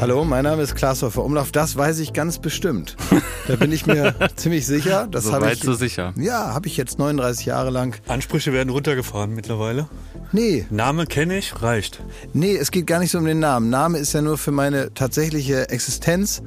Hallo, mein Name ist Klaas Hofer Umlauf. Das weiß ich ganz bestimmt. Da bin ich mir ziemlich sicher. Das So habe weit, ich, so sicher. Ja, habe ich jetzt 39 Jahre lang. Ansprüche werden runtergefahren mittlerweile. Nee, Name kenne ich, reicht. nee, es geht gar nicht so um den Namen. Name ist ja nur für meine tatsächliche Existenz,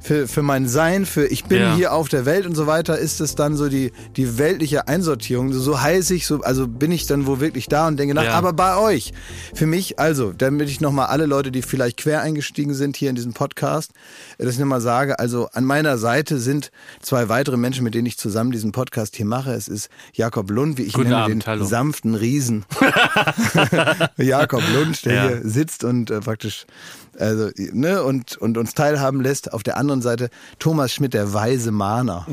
für, für mein Sein, für ich bin Ja. hier auf der Welt und so weiter, ist es dann so die, die weltliche Einsortierung. So heiß ich, so, also bin ich dann wohl wirklich da und denke nach, Ja. aber bei euch. Für mich, also, damit ich nochmal alle Leute, die vielleicht quer eingestiegen sind hier in diesem Podcast, dass ich nochmal sage, also an meiner Seite sind zwei weitere Menschen, mit denen ich zusammen diesen Podcast hier mache. Es ist Jakob Lund, wie ich Guten nenne Abend, den hallo. sanften Riesen. Jakob Lund, der Ja. hier sitzt und äh, praktisch also, ne, und, und uns teilhaben lässt. Auf der anderen Seite Thomas Schmidt, der weise Mahner.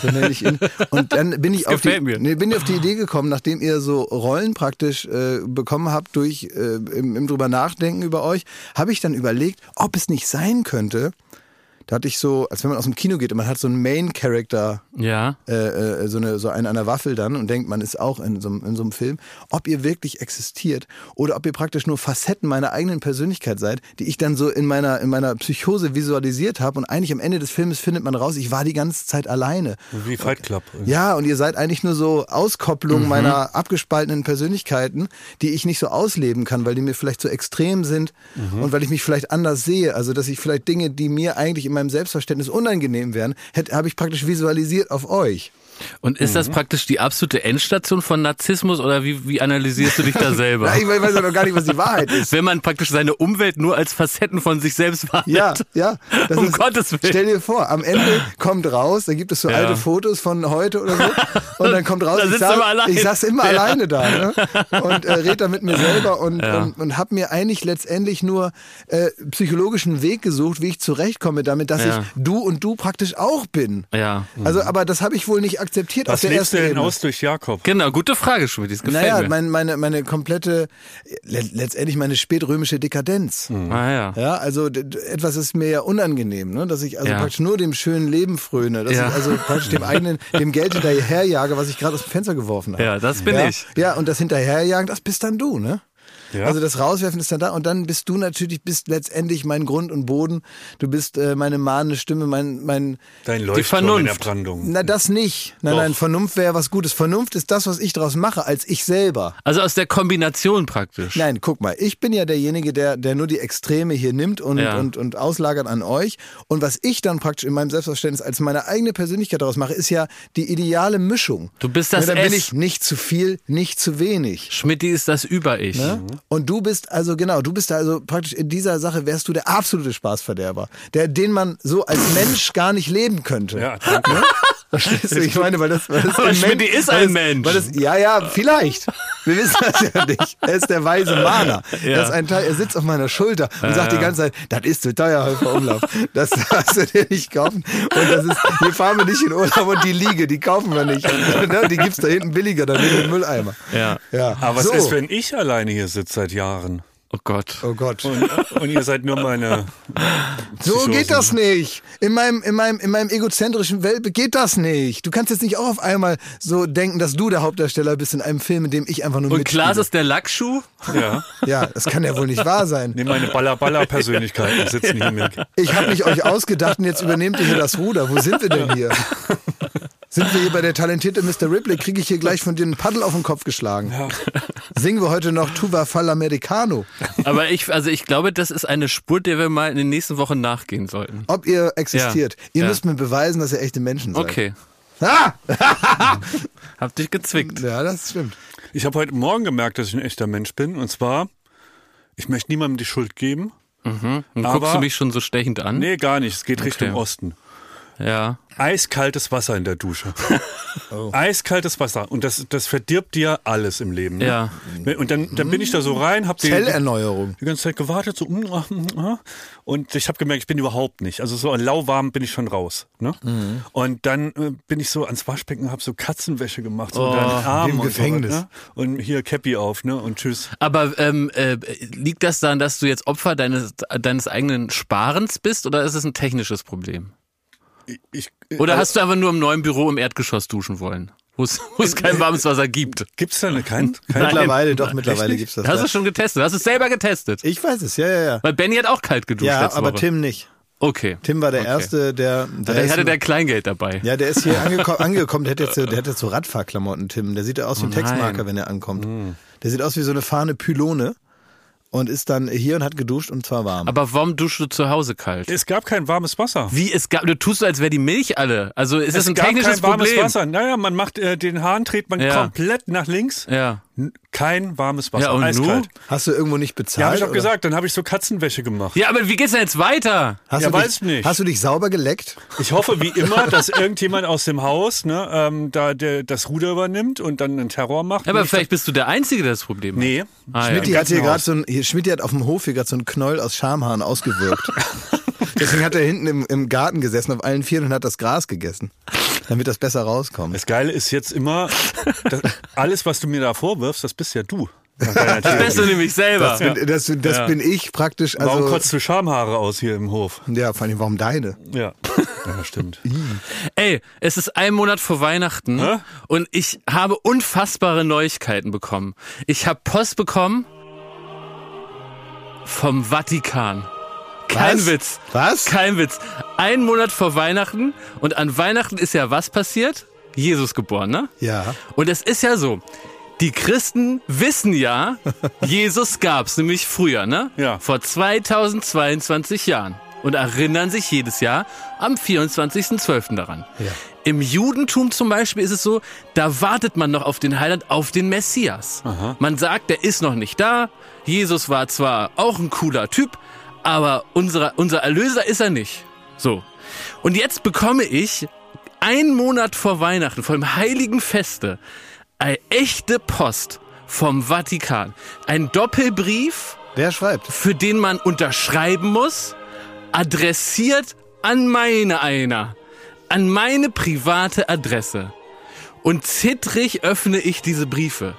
So nenne ich ihn. Und dann bin ich Mhm. Das auf die, gefällt mir. Nee, bin ich auf die Idee gekommen, nachdem ihr so Rollen praktisch äh, bekommen habt durch äh, im, im drüber nachdenken über euch, habe ich dann überlegt, ob es nicht sein könnte. Da hatte ich so, als wenn man aus dem Kino geht und man hat so einen Main-Character Ja. äh, äh, so, eine, so einen an der Waffel dann und denkt, man ist auch in so, einem- in so einem Film, ob ihr wirklich existiert oder ob ihr praktisch nur Facetten meiner eigenen Persönlichkeit seid, die ich dann so in meiner, in meiner Psychose visualisiert habe und eigentlich am Ende des Filmes findet man raus, ich war die ganze Zeit alleine. Wie Fight Club. Ja, und ihr seid eigentlich nur so Auskopplung meiner abgespaltenen Persönlichkeiten, die ich nicht so ausleben kann, weil die mir vielleicht so extrem sind und weil ich mich vielleicht anders sehe. Also, dass ich vielleicht Dinge, die mir eigentlich in meinem Selbstverständnis unangenehm wären, hätte- habe ich praktisch visualisiert auf euch. Und ist Mhm. das praktisch die absolute Endstation von Narzissmus oder wie, wie analysierst du dich da selber? Ja, ich weiß ja noch gar nicht, was die Wahrheit ist. Wenn man praktisch seine Umwelt nur als Facetten von sich selbst wahrnimmt. Ja, ja. Um Gottes Willen. Stell dir vor, am Ende kommt raus, da gibt es so Ja. alte Fotos von heute oder so. Und dann kommt raus, Da ich, sitzt du immer allein. ich saß immer Ja. alleine da ne? und äh, red da mit mir selber und, und, und habe mir eigentlich letztendlich nur äh, psychologischen Weg gesucht, wie ich zurechtkomme damit, dass Ja. Mhm. ich du und du praktisch auch bin. Ja. Also, aber das habe ich wohl nicht akzeptiert auf Was der lebst ersten du denn Ebene. aus durch Jakob? Genau, gute Frage, Schmidt. Das gefällt Naja, mir. mein, meine, meine komplette, le letztendlich meine spätrömische Dekadenz. ah, ja. Ja, also d- d- etwas ist mir ja unangenehm, ne? dass ich also Ja. praktisch nur dem schönen Leben fröne, dass Ja. ich also praktisch dem eigenen, dem Geld hinterherjage, was ich gerade aus dem Fenster geworfen habe. Ja, das bin ja? ich. Ja, und das Hinterherjagen, das bist dann du, ne? Ja. Also das Rauswerfen ist dann da und dann bist du natürlich, bist letztendlich mein Grund und Boden, du bist äh, meine mahnende Stimme, mein, mein, Dein Leuchtturm in der Vernunft. Brandung. na das nicht. Nein, Doch. nein, Vernunft wäre was Gutes. Vernunft ist das, was ich draus mache, als ich selber. Also aus der Kombination praktisch. Nein, guck mal, ich bin ja derjenige, der, der nur die Extreme hier nimmt und, Ja. und, und auslagert an euch. Und was ich dann praktisch in meinem Selbstverständnis als meine eigene Persönlichkeit daraus mache, ist ja die ideale Mischung. Du bist das ja, Dann bin S. ich nicht zu viel, nicht zu wenig. Schmidt ist das Über-Ich. Ne? Und du bist also, genau, du bist also praktisch in dieser Sache wärst du der absolute Spaßverderber, der, den man so als Mensch gar nicht leben könnte. Ja, danke. Verstehst du, Also ich meine, weil das, weil das Aber Schmidt Mensch- ist weil ein das, Mensch. Weil das, ja, ja, vielleicht. Wir wissen das ja nicht. Er ist der weise Mahner. Ja. Er, ist ein Teil, er sitzt auf meiner Schulter und sagt die ganze Zeit, das ist zu teuer, Häufer Umlauf. Das darfst du dir nicht kaufen. Und das ist, hier fahren wir nicht in Urlaub und die Liege, die kaufen wir nicht. Ne, Die gibt's da hinten billiger, da neben dem Mülleimer. Ja. ja. Aber so. was ist, wenn ich alleine hier sitze seit Jahren? Oh Gott. Oh Gott. Und, und ihr seid nur meine. So Psychosen. geht das nicht. In meinem, in meinem, in meinem egozentrischen Welpe geht das nicht. Du kannst jetzt nicht auch auf einmal so denken, dass du der Hauptdarsteller bist in einem Film, in dem ich einfach nur Und mitspiele. Klaas ist der Lackschuh. Ja. Ja, das kann ja wohl nicht wahr sein. Nee, meine Baller-Baller-Persönlichkeiten sitzen hier mit. Ich habe nicht euch ausgedacht und jetzt übernehmt ihr hier das Ruder. Wo sind wir denn hier? Sind wir hier bei der talentierte Mr. Ripley? Kriege ich hier gleich von dir einen Paddel auf den Kopf geschlagen? Singen wir heute noch Tuva Fall Americano. Aber ich, also ich glaube, das ist eine Spur, der wir mal in den nächsten Wochen nachgehen sollten. Ob ihr existiert. Ihr Ja. müsst mir beweisen, dass ihr echte Menschen seid. Okay. Ah! Hab dich gezwickt. Ja, das stimmt. Ich habe heute Morgen gemerkt, dass ich ein echter Mensch bin. Und zwar, ich möchte niemandem die Schuld geben. Und guckst Aber- du mich schon so stechend an? Nee, gar nicht. Es geht Richtung Osten. Ja. Eiskaltes Wasser in der Dusche. Oh. Eiskaltes Wasser. Und das, das verdirbt dir alles im Leben. Ne? Ja. Und dann, dann bin ich da so rein, hab den, Zellerneuerung. die ganze Zeit gewartet, so mm, ah, mm, ah. und ich habe gemerkt, ich bin überhaupt nicht. Also so lauwarm bin ich schon raus. Ne? Mhm. Und dann äh, bin ich so ans Waschbecken, habe so Katzenwäsche gemacht, so oh, Arm im und Gefängnis. So, was, ne? Und hier Cappy auf, ne? Und tschüss. Aber ähm, äh, liegt das daran, dass du jetzt Opfer deines, deines eigenen Sparens bist oder ist es ein technisches Problem? Ich, äh, ich, Also Oder hast du einfach nur im neuen Büro im Erdgeschoss duschen wollen? wo es wo es kein warmes Wasser gibt. Gibt es also, da eine- Hm? kein, kein Mittlerweile, doch, mittlerweile Richtig? gibt's das. Hast du da. es schon getestet? Hast du es selber getestet? Ich weiß es, ja, ja, ja. Weil Benny hat auch kalt geduscht Ja, letzte aber Woche. Tim nicht. Okay. Tim war der Okay. Erste, der. der Da ist- hatte der Kleingeld dabei. ja, der ist hier angeko angekommen. Der hat jetzt, so- der hat jetzt so Radfahrklamotten, Tim. Der sieht ja aus wie ein Oh nein. Hm. Textmarker, wenn er ankommt. Der sieht aus wie so eine fahrende Pylone und ist dann hier und hat geduscht und zwar warm. Aber warum duschst du zu Hause kalt? Es gab kein warmes Wasser. Wie es gab, du tust so, als wäre die Milch alle. Also ist das es ein gab technisches kein warmes Problem? Wasser. Naja, man macht äh, den Hahn, dreht man Ja. komplett nach links. Ja. N- Kein warmes Wasser. Ja, und Eiskalt. Hast du irgendwo nicht bezahlt? Ja, habe ich doch oder? gesagt, dann habe ich so Katzenwäsche gemacht. Ja, aber wie geht's denn jetzt weiter? Hast Ja, du weiß dich, nicht. Hast du dich sauber geleckt? Ich hoffe wie immer, dass irgendjemand aus dem Haus ne, ähm, da der, das Ruder übernimmt und dann einen Terror macht. Ja, aber Nicht- vielleicht bist du der Einzige, der das Problem hat. Nee. Ah, ja. Schmidti hat hier ganzen gerade Haus. so ein, hier, Schmidti hat auf dem Hof hier gerade so einen Knoll aus Schamhaaren ausgewirkt. Deswegen hat er hinten im, im Garten gesessen, auf allen Vieren und hat das Gras gegessen, damit das besser rauskommt. Das Geile ist jetzt immer, dass alles, was du mir da vorwirfst, das bist ja du. nach deiner Theorie. Bist du nämlich selber. Das bin, das, das bin ich praktisch. Warum Also, kotzt du Schamhaare aus hier im Hof? ja, vor allem, warum deine? Ja, ja stimmt. Ey, es ist ein Monat vor Weihnachten Hä? und ich habe unfassbare Neuigkeiten bekommen. Ich habe Post bekommen vom Vatikan. Kein Was? Witz. Was? Kein Witz. Ein Monat vor Weihnachten und an Weihnachten ist ja was passiert? Jesus geboren, ne? Ja. Und es ist ja so, die Christen wissen ja, Jesus gab's nämlich früher, ne? Ja. Vor 2022 Jahren. Und erinnern sich jedes Jahr am 24.12. daran. Ja. Im Judentum zum Beispiel ist es so, da wartet man noch auf den Heiland, auf den Messias. Man sagt, der ist noch nicht da. Jesus war zwar auch ein cooler Typ, aber unser, unser Erlöser ist er nicht. So. Und jetzt bekomme ich einen Monat vor Weihnachten, vor dem Heiligen Feste, eine echte Post vom Vatikan. Ein Doppelbrief, Wer schreibt? für den man unterschreiben muss, adressiert an meine einer, an meine private Adresse. Und zittrig öffne ich diese Briefe.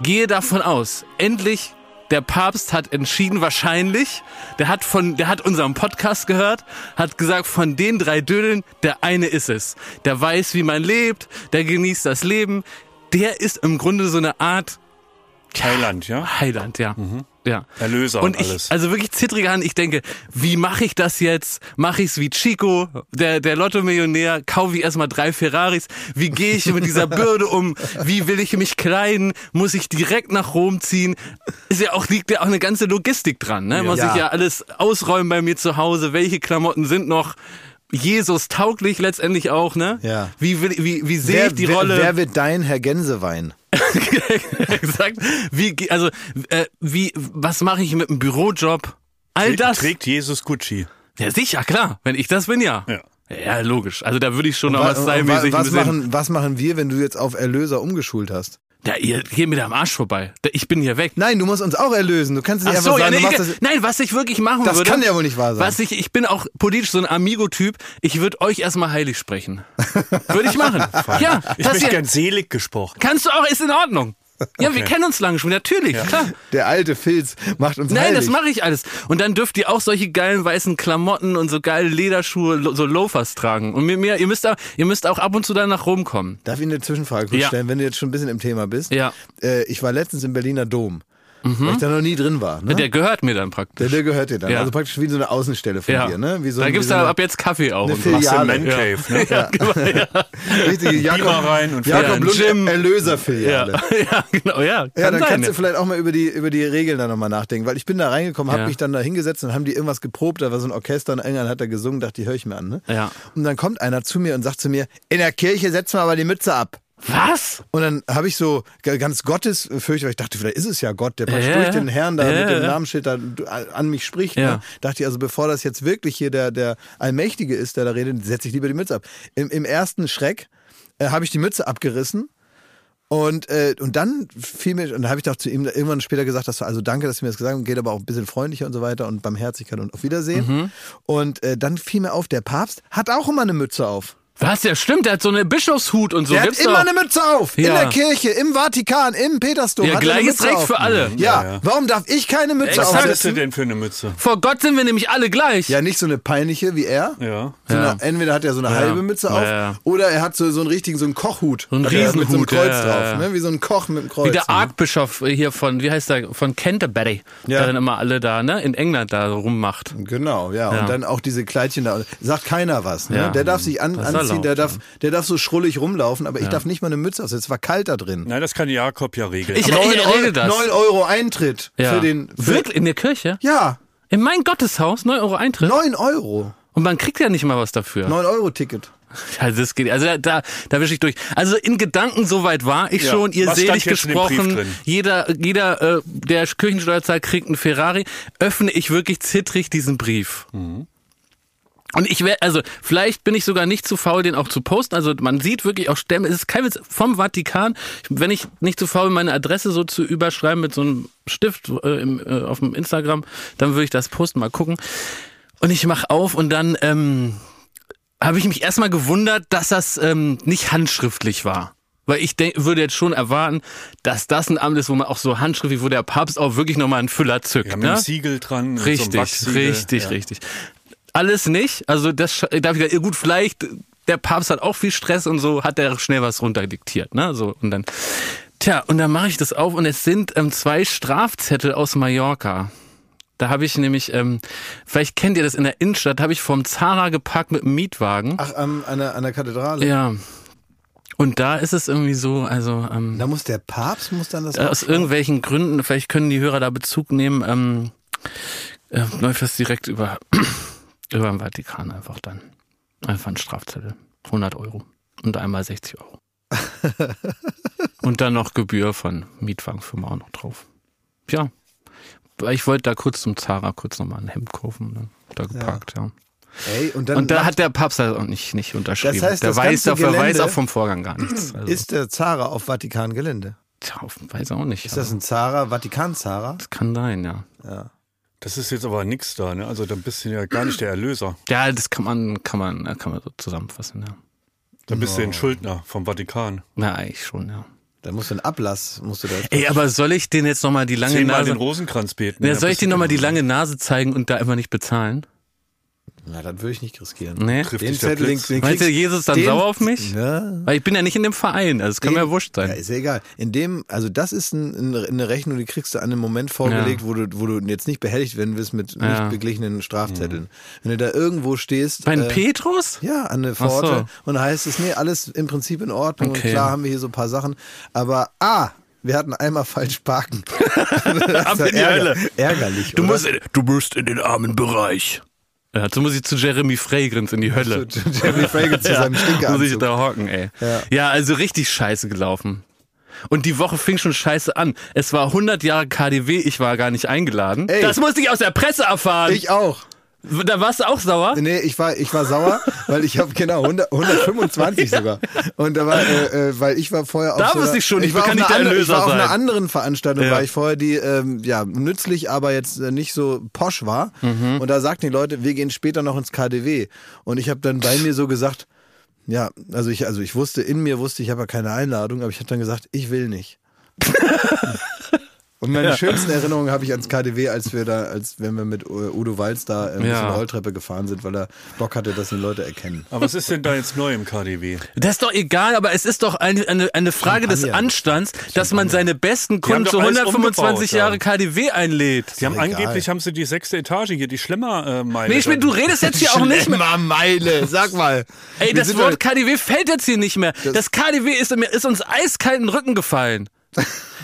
Gehe davon aus, endlich der Papst hat entschieden, wahrscheinlich, der hat von, der hat unseren Podcast gehört, hat gesagt, von den drei Dödeln, der eine ist es. Der weiß, wie man lebt, der genießt das Leben. Der ist im Grunde so eine Art Thailand, ja? Heiland, ja. Ja. Erlöser und Und ich, alles. also wirklich zittrige Hand, ich denke, wie mache ich das jetzt? Mache ich es wie Chico, der, der Lotto-Millionär, kaufe ich erstmal drei Ferraris? Wie gehe ich mit dieser Bürde um? Wie will ich mich kleiden? Muss ich direkt nach Rom ziehen? Ist ja auch, liegt ja auch eine ganze Logistik dran, ne? Muss Ja. ich ja alles ausräumen bei mir zu Hause, welche Klamotten sind noch Jesus tauglich letztendlich auch, ne? Ja. Wie, will, wie, wie sehe wer, ich die wer, Rolle? Wer wird dein Herr Gänsewein? gesagt, wie, ge- also, äh, wie, was mache ich mit einem Bürojob? All das. Trägt Jesus Gucci. Ja, sicher, klar. Wenn ich das bin, ja. Ja. Ja, logisch. Also da würde ich schon noch was Wa- stylmäßig wa- ein was, bisschen. machen, was machen wir, wenn du jetzt auf Erlöser umgeschult hast? Da, ihr geht mir da am Arsch vorbei. Da, ich bin hier weg. Nein, du musst uns auch erlösen. Du kannst nicht Ach einfach so, ja, sagen, nee, du machst egal. das. nein, was ich wirklich machen Das würde. kann ja wohl nicht wahr sein. Was ich, ich bin auch politisch so ein Amigo-Typ. Ich würde euch erstmal heilig sprechen. würde ich machen. ja, Ich das möchte hier, gern selig gesprochen. kannst du auch, ist in Ordnung. Ja, wir Okay. kennen uns lange schon, natürlich, klar. Der alte Filz macht uns Nein, heilig. das mache ich alles. Und dann dürft ihr auch solche geilen weißen Klamotten und so geile Lederschuhe, lo- so Loafers tragen. Und mir, mir, ihr müsst auch, ihr müsst auch ab und zu dann nach Rom kommen. Darf ich eine Zwischenfrage kurz Ja. stellen, wenn du jetzt schon ein bisschen im Thema bist? Ja. Mhm. Äh, ich war letztens im Berliner Dom, weil ich da noch nie drin war. Ne? Der gehört mir dann Der, praktisch. der gehört dir dann. Ja. Also praktisch wie so eine Außenstelle von dir, ne? Wie so da ein- gibt's wie so da eine ab jetzt Kaffee auch. eine Und so. Filiale. Ja, Ja, Man Cave, ne? Ja, genau, ja. richtige Jakob, Beamer rein und Jakob fährt. Lund Ja, ein Gym. Erlöserfiliale. Ja, ja, genau, ja. Kann Ja, dann sein, kannst ja. du vielleicht auch mal über die, über die Regeln da nochmal nachdenken, weil ich bin da reingekommen, habe Ja. mich dann da hingesetzt und haben die irgendwas geprobt, da war so ein Orchester und irgendwann hat er gesungen, dachte, die höre ich mir an. Ne? Ja. Und dann kommt einer zu mir und sagt zu mir, in der Kirche setzen wir aber die Mütze ab. Was? Und dann habe ich so g- ganz gottesfürchtig, weil ich dachte, vielleicht ist es ja Gott, der praktisch Ja, durch ja. den Herrn da Ja, mit ja, dem ja. Namensschild da d- an mich spricht. Ja. Ne? Dachte ich, also bevor das jetzt wirklich hier der, der Allmächtige ist, der da redet, setze ich lieber die Mütze ab. Im, im ersten Schreck äh, habe ich die Mütze abgerissen. Und, äh, und dann fiel mir, und dann habe ich doch zu ihm irgendwann später gesagt, dass du, also danke, dass du mir das gesagt hast, geht aber auch ein bisschen freundlicher und so weiter Mhm. und Barmherzigkeit und auf Wiedersehen. Und äh, dann fiel mir auf, der Papst hat auch immer eine Mütze auf. Was? Ja, stimmt, der hat so eine Bischofshut und so. Der hat Gibt's immer doch. eine Mütze auf. Ja. In der Kirche, im Vatikan, im Petersdom. Ja, hat er eine gleiches Mütze Recht auf. für alle. Ja, Ja, ja. warum darf ich keine Mütze Was Exakt. aufsetzen? hattest du denn für eine Mütze? Vor Gott sind wir nämlich alle gleich. Ja, nicht so eine peinliche wie er. Ja. So Ja. eine, entweder hat er so eine halbe Mütze auf Ja, ja. oder er hat so, so einen richtigen, so einen Kochhut. So einen Hat er Mit so einem Riesenhut, Kreuz ja, ja, drauf, ja. ne? Wie so ein Koch mit einem Kreuz. Wie der ne? Archbischof hier von, wie heißt der, von Canterbury, Ja. der dann immer alle da, ne, in England da rummacht. Genau, ja. Ja. Und dann auch diese Kleidchen da. Sagt keiner was. Ne? Ja. Der darf sich an, Das ist anziehen, der erlaubt, darf, der darf so schrullig rumlaufen, aber ich darf nicht mal eine Mütze aussetzen. Es war kalt da drin. Nein, das kann Jakob ja regeln. Ich- Aber Neun regel Eu- das. neun Euro Eintritt Ja. für den. Für Wirklich? In der Kirche? Ja, In mein Gotteshaus? 9 Euro Eintritt? 9 Euro. Und man kriegt ja nicht mal was dafür. 9 Euro Ticket. Also das geht, also da, da, da wische ich durch. Also in Gedanken soweit war ich Ja. schon, ihr Was selig stand jetzt in dem Brief gesprochen, drin? jeder, jeder, äh, der Kirchensteuer zahlt, kriegt einen Ferrari, öffne ich wirklich zittrig diesen Brief. Mhm. Und ich werde, also vielleicht bin ich sogar nicht zu faul, den auch zu posten. Also man sieht wirklich auch Stämme, es ist kein Witz, vom Vatikan, wenn ich nicht zu faul bin, meine Adresse so zu überschreiben mit so einem Stift äh, im, äh, auf dem Instagram, dann würde ich das posten, mal gucken. Und ich mache auf und dann ähm, habe ich mich erstmal gewundert, dass das ähm, nicht handschriftlich war. Weil ich denk, würde jetzt schon erwarten, dass das ein Amt ist, wo man auch so handschriftlich, wo der Papst auch wirklich nochmal einen Füller zückt. ja, mit ne? einem Siegel dran. mit so einem Richtig, Wachssiegel. richtig, ja. richtig. Alles nicht. Also das sch- darf ich da, ja, gut, vielleicht, der Papst hat auch viel Stress und so, hat er schnell was runterdiktiert. Ne? So, und dann, tja, und dann mache ich das auf und es sind ähm, zwei Strafzettel aus Mallorca. Da habe ich nämlich, ähm, vielleicht kennt ihr das in der Innenstadt, habe ich vom Zara geparkt mit einem Mietwagen. Ach, ähm, an, der, an der Kathedrale. Ja. Und da ist es irgendwie so, also ähm, Da muss der Papst, muss dann das. aus irgendwelchen Gründen, vielleicht können die Hörer da Bezug nehmen, ähm, äh, läuft das direkt über, über den Vatikan einfach dann. Einfach ein Strafzettel. 100 Euro. Und einmal 60 Euro. und dann noch Gebühr von Mietwagenfirma auch noch drauf. Ja. Ich wollte da kurz zum Zara kurz nochmal ein Hemd kaufen. Ne? Da geparkt, ja. Ey, und dann Und da hat der Papst halt auch nicht, nicht unterschrieben. Das heißt, der das weiß, ganze der weiß Gelände auch vom Vorgang gar nichts. Also, ist der Zara auf Vatikan-Gelände. tja, weiß auch nicht. Also, Ist das ein Zara, Vatikan-Zara? das kann sein, ja. Das ist jetzt aber nix da, ne? Also dann bist du ja gar nicht der Erlöser. Ja, das kann man, kann man, äh, kann man so zusammenfassen, ja. Dann bist du ein Schuldner vom Vatikan. Na, eigentlich schon, ja. Da musst du einen Ablass, musst du da. Ey, aber soll ich den jetzt nochmal die lange Zehnmal den Nase. Rosenkranz beten. Ja, dann soll ich bist dir du nochmal die der lange Nase zeigen und da einfach nicht bezahlen? Na, das würde ich nicht riskieren. Nee? Trifft Den dich der Zettel, den, Blitz. den Meinst du, kriegst- Jesus ist dann den- sauer auf mich? Ja, Weil ich bin ja nicht in dem Verein, also es kann mir ja wurscht sein. Ja, ist ja egal. In dem, also das ist ein, ein, eine Rechnung, die kriegst du an einem Moment vorgelegt, wo, du, wo du jetzt nicht behelligt werden wirst mit Ja. nicht beglichenen Strafzetteln. Wenn du da irgendwo stehst. Mein äh, Petrus? ja, an eine Pforte. Und da heißt es, nee, alles im Prinzip in Ordnung. Und Okay. klar haben wir hier so ein paar Sachen. Aber ah, wir hatten einmal falsch parken. Ab in die Hölle. Ärgerlich. Du oder? musst, in, du musst in den armen Bereich. Ja, so muss ich zu Jeremy Fragrance in die Hölle. Jeremy Fragrance zu seinem muss ich Stinkeranzug. da hocken, ey. Ja. also richtig scheiße gelaufen. Und die Woche fing schon scheiße an. Es war 100 Jahre KDW, ich war gar nicht eingeladen. Ey. Das musste ich aus der Presse erfahren. Ich auch. da warst du auch sauer? Nee, ich war, ich war sauer, weil ich habe genau 100, 125 sogar. Und da war, äh, äh, weil ich war vorher auf Da so wusste einer- ich schon, ich war kann auf nicht einer der anderen- Erlöser Ich war auf einer sein. anderen Veranstaltung Ja. war ich vorher, die ähm, ja nützlich, aber jetzt äh, nicht so posch war. Mhm. Und da sagten die Leute, wir gehen später noch ins KDW. Und ich habe dann bei mir so gesagt, ja, also ich, also ich wusste in mir wusste, ich habe ja keine Einladung, aber ich habe dann gesagt, ich will nicht. Und meine schönsten Erinnerungen habe ich ans KDW, als wir da, als wenn wir mit äh, Udo Walz da äh, ein Ja. bisschen Rolltreppe gefahren sind, weil er Bock hatte, dass ihn Leute erkennen. Aber was ist denn da jetzt neu im KDW? Das ist doch egal, aber es ist doch eine, eine, eine Frage des Champagner. Anstands, dass man seine besten Kunden doch zu alles 125 umgebaut, Jahre ja. KDW einlädt. Sie haben egal. angeblich haben sie die sechste Etage hier, die Schlemmermeile. Nee, ich bin, du redest jetzt hier auch nicht mit Meile, sag mal. Ey, Wir das sind Wort doch- KDW fällt jetzt hier nicht mehr. Das, KDW ist, mir- ist uns eiskalten Rücken gefallen.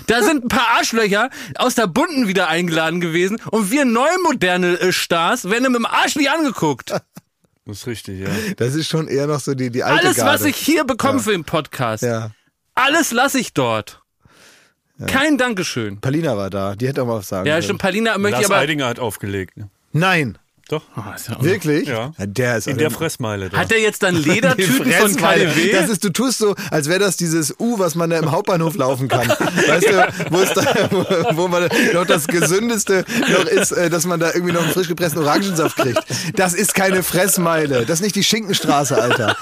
Da sind ein paar Arschlöcher aus der Bunden wieder eingeladen gewesen und wir neumoderne äh, Stars werden mit dem Arsch nicht angeguckt. Das ist richtig, ja. Das ist schon eher noch so die, die alte Alles, Garde. was ich hier bekomme für den Podcast, Ja. alles lasse ich dort. Kein Dankeschön. Palina war da, die hätte auch mal was sagen Ja, können. stimmt, Palina möchte Lars ich aber. Eidinger hat aufgelegt. ne? Nein, Doch. Oh, ist ja auch- wirklich? Ja. Der ist In der Fressmeile da. Hat er jetzt dann Die Ledertüten von Fressmeile. KDW? Das ist, du tust so, als wäre das dieses U, was man da im Hauptbahnhof laufen kann. Weißt du, wo, es da, wo, wo man noch das Gesündeste noch ist, äh, dass man da irgendwie noch einen frisch gepressten Orangensaft kriegt. Das ist keine Fressmeile. Das ist nicht die Schinkenstraße, Alter.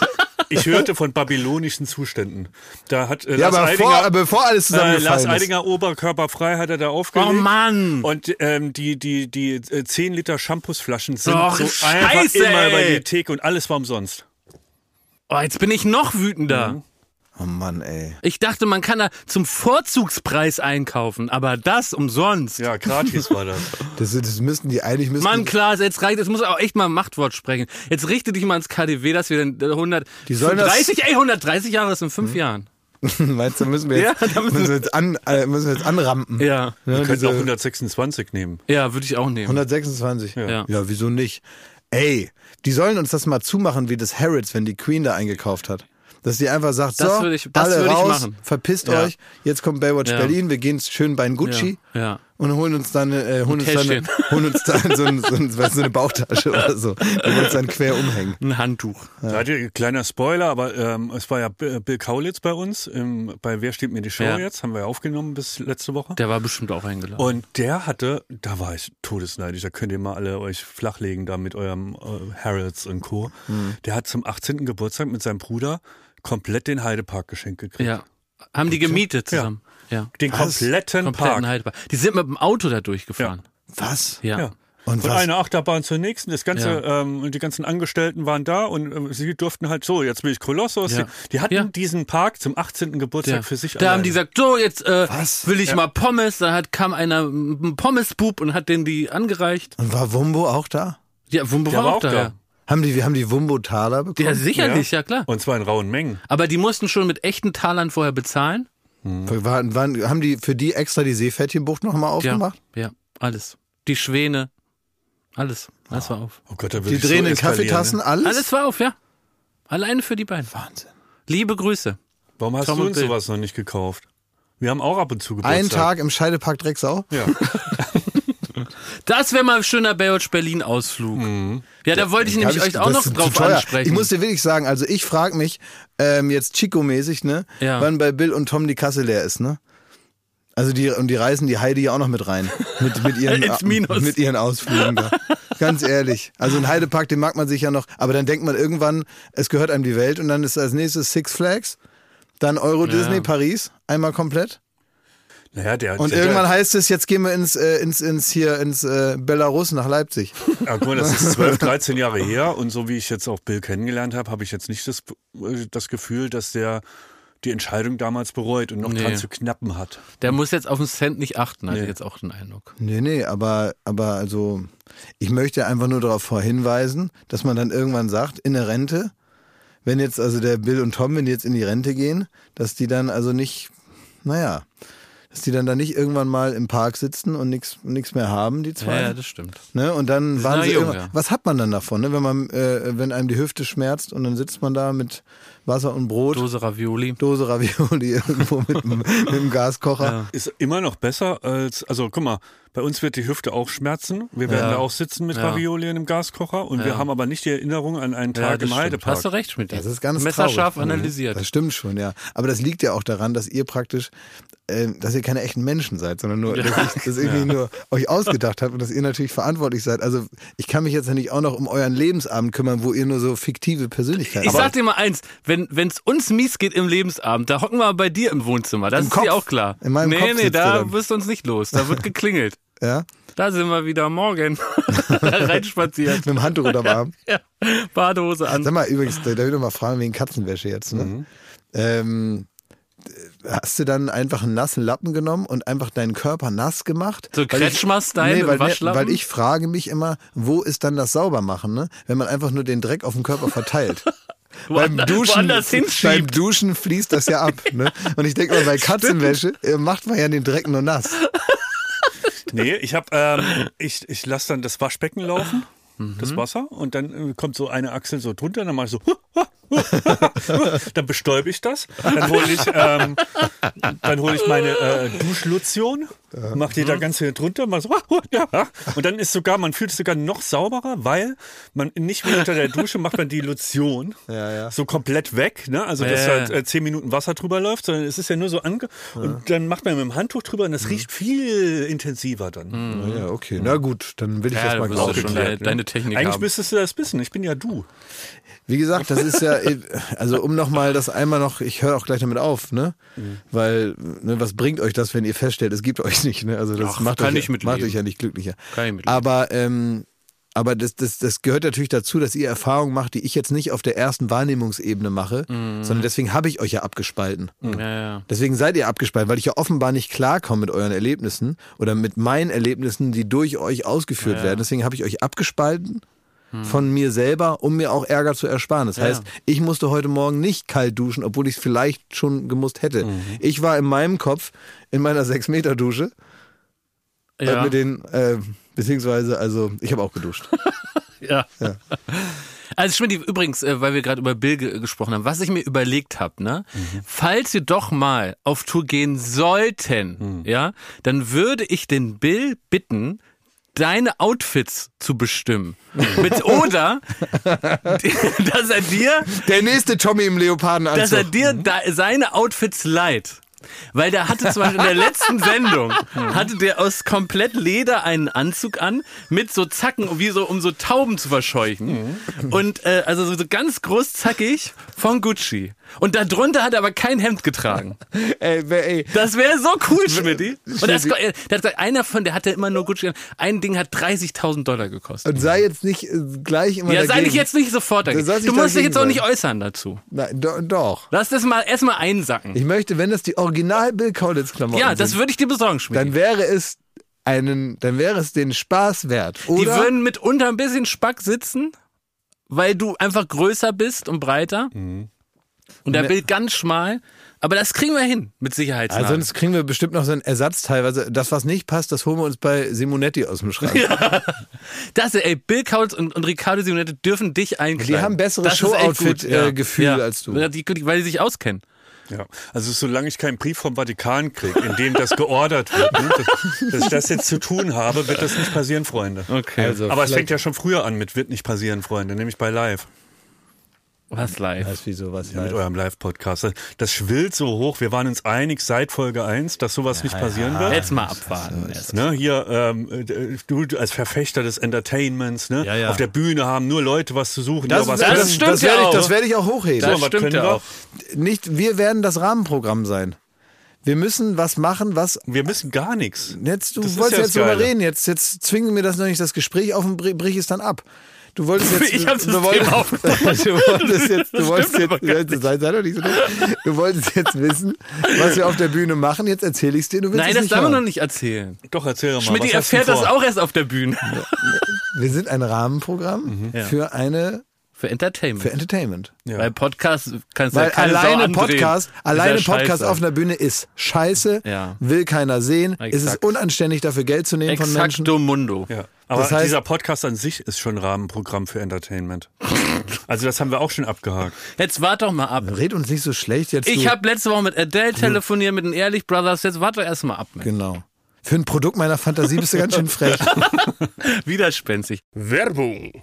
Ich hörte von babylonischen Zuständen. Da hat äh, Ja, Lars aber Eidinger, bevor, aber bevor alles äh, Lars zusammengefallen ist. Eidinger oberkörperfrei hat er da aufgelegt. Oh Mann. Und ähm, die, die, die äh, 10 Liter Shampoosflaschen sind Och, so einfach Scheiße, immer bei ey. die Theke und alles war umsonst. Oh, jetzt bin ich noch wütender. Oh Mann, ey. Ich dachte, man kann da zum Vorzugspreis einkaufen, aber das umsonst. Ja, gratis war das. Das, das müssten die eigentlich müssen. Mann, Klaas, jetzt reicht, jetzt muss auch echt mal ein Machtwort sprechen. Jetzt richte dich mal ans KDW, dass wir dann 100, Die sollen das- 30, ey, 130 Jahre, das sind fünf Jahren. Meinst du, müssen wir Ja, jetzt, da müssen müssen wir jetzt, an, äh, müssen wir jetzt anrampen? Ja. Ne, Wir könnten diese auch 126 nehmen. Ja, würde ich auch nehmen. 126. Ja. ja, wieso nicht? Ey, die sollen uns das mal zumachen wie das Harrods, wenn die Queen da eingekauft hat. Dass die einfach sagt, Das so, würde ich- das alle würde ich raus, machen. verpisst Ja. euch, jetzt kommt Baywatch Ja. Berlin, wir gehen schön bei den Gucci Ja, ja. und holen uns dann, äh, holen uns dann, Täschchen. holen uns dann so, ein, so, ein, weißt du, so eine Bauchtasche oder so, und uns dann quer umhängen. Ein Handtuch. Ja. kleiner Spoiler, aber ähm, es war ja B- Bill Kaulitz bei uns, im, bei Wer steht mir die Show Ja. jetzt, haben wir ja aufgenommen bis letzte Woche. Der war bestimmt auch eingeladen. Und der hatte, da war ich todesneidisch, da könnt ihr mal alle euch flachlegen da mit eurem äh, Harrods und Co. Der hat zum 18. Geburtstag mit seinem Bruder komplett den Heidepark geschenkt gekriegt. ja. Haben die gemietet zusammen. Ja. Den kompletten Kompletten Park. haltbar. Die sind mit dem Auto da durchgefahren. Was? Ja. Ja. Und Von was? einer Achterbahn zur nächsten. Das ganze, ähm, die ganzen Angestellten waren da und ähm, sie durften halt so, jetzt bin ich Kolossos. Ja. Die, die hatten Ja. diesen Park zum 18. Geburtstag Ja. für sich Da haben die gesagt, so, jetzt äh, Was? will ich mal Pommes. Da hat, kam einer, ein Pommesbub und hat den die angereicht. Und war Wumbo auch da? Ja, Wumbo Der war auch da. Haben die, wir haben die Wumbo-Taler Ja, bekommen? sicherlich, ja. klar. Und zwar in rauen Mengen. Aber die mussten schon mit echten Talern vorher bezahlen. Waren, waren, haben die für die extra die Seepferdchenbucht nochmal Ja, aufgemacht? ja, alles. Die Schwäne, alles. Alles war auf. Oh Gott, da würde Die ich so drehen in eskalieren, Kaffeetassen Ne? alles? Alles war auf, ja. Alleine für die beiden. Wahnsinn. Liebe Grüße. Warum hast Tom du und uns Bill. sowas noch nicht gekauft? Wir haben auch ab und zu Geburtstag. äh, Ein Tag im Scheidepark Drecksau? Ja. Das wäre mal ein schöner Baywatch Berlin-Ausflug. Ja, da wollte ich Hab nämlich euch auch Mhm. das noch ist zu drauf teuer. ansprechen. Ich muss dir wirklich sagen, also ich frage mich ähm, jetzt Chico-mäßig, ne, Ja. wann bei Bill und Tom die Kasse leer ist, ne? Also die und die reißen die Heidi ja auch noch mit rein mit, mit ihren Ins Minus. mit ihren Ausflügen da. Ganz ehrlich, also ein Heidepark, den mag man sich ja noch, aber dann denkt man irgendwann, es gehört einem die Welt und dann ist als nächstes Six Flags, dann Euro Disney Paris einmal komplett Naja, der, und der, irgendwann heißt es, jetzt gehen wir ins äh, ins ins hier ins äh, Belarus nach Leipzig. Ja, Ah, guck mal, das ist 12, 13 Jahre her und so wie ich jetzt auch Bill kennengelernt habe, habe ich jetzt nicht das, äh, das Gefühl, dass der die Entscheidung damals bereut und noch Nee. dran zu knappen hat. der muss jetzt auf den Cent nicht achten, hatte ich jetzt auch den Eindruck. Nee, nee, aber, aber also, ich möchte einfach nur darauf hinweisen, dass man dann irgendwann sagt, in der Rente, wenn jetzt also der Bill und Tom, wenn die jetzt in die Rente gehen, dass die dann also nicht, naja, dass die dann da nicht irgendwann mal im Park sitzen und nichts nix mehr haben, die Ja, zwei. ja, das stimmt. Ne? Und dann waren noch sie jung, irgendwann- ja. Was hat man dann davon, ne? wenn man, äh, wenn einem die Hüfte schmerzt und dann sitzt man da mit Wasser und Brot, Dose, Dose Ravioli. Ravioli irgendwo mit, dem- mit dem Gaskocher. Ist immer noch besser als, also guck mal, bei uns wird die Hüfte auch schmerzen. Wir werden Ja. da auch sitzen mit Ja. Ravioli in einem Gaskocher und wir haben aber nicht die Erinnerung an einen Ja, Tag das im stimmt. Heidepark. Hast du recht, Schmidt. Das ist ganz Messerscharf traurig. Mhm. analysiert. Das stimmt schon, ja. Aber das liegt ja auch daran, dass ihr praktisch, ähm, dass ihr keine echten Menschen seid, sondern nur, dass ich das irgendwie nur euch ausgedacht habt und dass ihr natürlich verantwortlich seid. Also ich kann mich jetzt ja nicht auch noch um euren Lebensabend kümmern, wo ihr nur so fiktive Persönlichkeiten Ich sag habt. dir mal eins, wenn es uns mies geht im Lebensabend, da hocken wir bei dir im Wohnzimmer. Das Im ist Kopf. dir auch klar. In meinem nee, Kopf nee, sitzt du da dann. wirst du uns nicht los. Da wird geklingelt. Ja? Da sind wir wieder morgen. da reinspaziert. Mit dem Handtuch unterm Arm. Ja. Badehose an. Mhm. Sag mal, übrigens, da darf ich noch mal fragen wegen Katzenwäsche jetzt. Ne? Ähm, hast du dann einfach einen nassen Lappen genommen und einfach deinen Körper nass gemacht? So Weil ich- Kretschmer-Style mit weil, Waschlappen? weil ich frage mich immer, wo ist dann das Saubermachen, ne? wenn man einfach nur den Dreck auf dem Körper verteilt? beim, Woander- Duschen, woanders hinschiebt. beim Duschen fließt das ja ab. Ne? Und ich denke mal, bei Katzenwäsche äh, macht man ja den Dreck nur nass. Nee, ich hab, ähm, ich, ich lasse dann das Waschbecken laufen, das Wasser, und dann äh, kommt so eine Achsel so drunter, dann mache ich so, dann bestäube ich das, dann hole ich, ähm, dann hole ich meine äh, Duschlotion Macht ihr da ganz hier drunter, mal so, ja. und dann ist sogar, man fühlt es sogar noch sauberer, weil man nicht mehr unter der Dusche macht man die Lotion Ja, ja. so komplett weg, ne? also dass Ja, halt ja. äh, zehn Minuten Wasser drüber läuft, sondern es ist ja Mhm. nur so ange... Und dann macht man mit dem Handtuch drüber und das riecht viel intensiver dann. Ja, okay. Na gut, dann will ich das Mhm. Ja, mal du wirst glauben. ja schon deine, deine Technik Eigentlich haben. müsstest du das wissen, ich bin ja du. Wie gesagt, das ist ja, eh, also um nochmal das einmal noch, ich höre auch gleich damit auf, ne? Mhm. Weil, ne, was bringt euch das, wenn ihr feststellt, es gibt euch nicht, ne? Also das Ach, macht, kann euch, ich mitleben. macht euch ja nicht glücklicher. Kann ich mitleben. aber ähm, aber das, das, das gehört natürlich dazu, dass ihr Erfahrungen macht, die ich jetzt nicht auf der ersten Wahrnehmungsebene mache, Mhm. sondern deswegen habe ich euch ja abgespalten. Ja, ja. Deswegen seid ihr abgespalten, weil ich ja offenbar nicht klarkomme mit euren Erlebnissen oder mit meinen Erlebnissen, die durch euch ausgeführt werden. Deswegen habe ich euch abgespalten von mir selber, um mir auch Ärger zu ersparen. Das heißt, ich musste heute Morgen nicht kalt duschen, obwohl ich es vielleicht schon gemusst hätte. Mhm. Ich war in meinem Kopf in meiner 6-Meter-Dusche Ja. mit den, äh, beziehungsweise, also ich habe auch geduscht. Ja. Also Schmidt, übrigens, äh, weil wir gerade über Bill ge gesprochen haben, was ich mir überlegt habe, ne? Falls wir doch mal auf Tour gehen sollten, ja, dann würde ich den Bill bitten, deine Outfits zu bestimmen. Mit, oder dass er dir Der nächste Tommy im dass er Leopardenanzug. dir da, seine Outfits leiht. Weil der hatte zum Beispiel in der letzten Sendung, hatte der aus komplett Leder einen Anzug an, mit so Zacken, wie so, um so Tauben zu verscheuchen. Und äh, also so, so ganz groß zackig von Gucci. Und darunter hat er aber kein Hemd getragen. Ey, wer- ey, Das wäre so cool, Schmidti. Und das, Schmidti. der hat gesagt, einer von, der hatte immer nur Gucci an. Ein Ding hat 30.000 Dollar gekostet. und sei jetzt nicht äh, gleich immer Ja, sei dagegen. nicht jetzt nicht sofort dagegen. sollst Du nicht musst dich jetzt auch dagegen nicht äußern dazu. Nein, do, doch. Lass das mal erstmal einsacken. Ich möchte, wenn das die Original Bill Kaulitz Klamotten Ja, das sind, würde ich dir besorgen, Schmidt. dann wäre es einen, dann wäre es den Spaß wert. Oder? Die würden mitunter ein bisschen Spack sitzen, weil du einfach größer bist und breiter. Mhm. Und Ne- der Bild ganz schmal. Aber das kriegen wir hin, mit Sicherheit. also sonst kriegen wir bestimmt noch so einen Ersatzteil. Also das, was nicht passt, das holen wir uns bei Simonetti aus dem Schrank. das, ey, Bill Kautz und, und Riccardo Simonetti dürfen dich einkleiden. Die haben besseres Das ist echt Showoutfit, gut, äh, Gefühl als du. Weil die, weil die sich auskennen. Ja, also solange ich keinen Brief vom Vatikan kriege, in dem das geordert wird, ne, dass, dass ich das jetzt zu tun habe, wird das nicht passieren, Freunde. Okay. Also Aber es vielleicht- fängt ja schon früher an mit wird nicht passieren, Freunde, nämlich bei Live, Was live. Was wie sowas. mit Ja, eurem Live-Podcast. Das schwillt so hoch, wir waren uns einig seit Folge 1, dass sowas nicht passieren wird. Jetzt mal abwarten. Ne, hier, ähm, äh, du als Verfechter des Entertainments, ne? Ja, ja. auf der Bühne haben nur Leute was zu suchen, die auch was das können. stimmt das ja werde ich, auch. das werde ich auch hochheben. So, das was stimmt können ja wir? auch. Nicht, wir werden das Rahmenprogramm sein. Wir müssen was machen, was Wir müssen gar nichts. Jetzt, du Das ist wolltest ja jetzt das drüber Geile. reden. Jetzt, jetzt zwingen wir das noch nicht das Gespräch auf und bri- brich es dann ab. Du wolltest jetzt. Ich hab das du wolltest, Thema aufgemacht. du wolltest jetzt. Du wolltest stimmt jetzt. aber gar Sei, sei doch nicht so dumm. Du wolltest jetzt wissen, was wir auf der Bühne machen. Jetzt erzähle ich es dir. Du willst Nein, es das nicht darf man noch hören. nicht erzählen. Doch, erzähl doch mal. Schmidt was hast du erfährt das vor? auch erst auf der Bühne. Wir sind ein Mhm. Rahmenprogramm für eine Für Entertainment. für Entertainment. Ja. Weil Podcast kannst du ja Weil keine Sau alleine andrehen. Podcast, Ist ja alleine Podcast scheiße. auf einer Bühne ist Scheiße. Ja. Will keiner sehen. Es ist Exakt. unanständig, dafür Geld zu nehmen von Menschen. Exacto Mundo. Ja. Aber Das heißt- dieser Podcast an sich ist schon Rahmenprogramm für Entertainment. Also das haben wir auch schon abgehakt. Jetzt wart doch mal ab. Red uns nicht so schlecht jetzt. Ich du. habe letzte Woche mit Adele telefoniert, mit den Ehrlich Brothers. Jetzt wart doch erst mal ab. Mensch. Genau. Für ein Produkt meiner Fantasie bist du ganz schön frech. Widerspenstig. Werbung.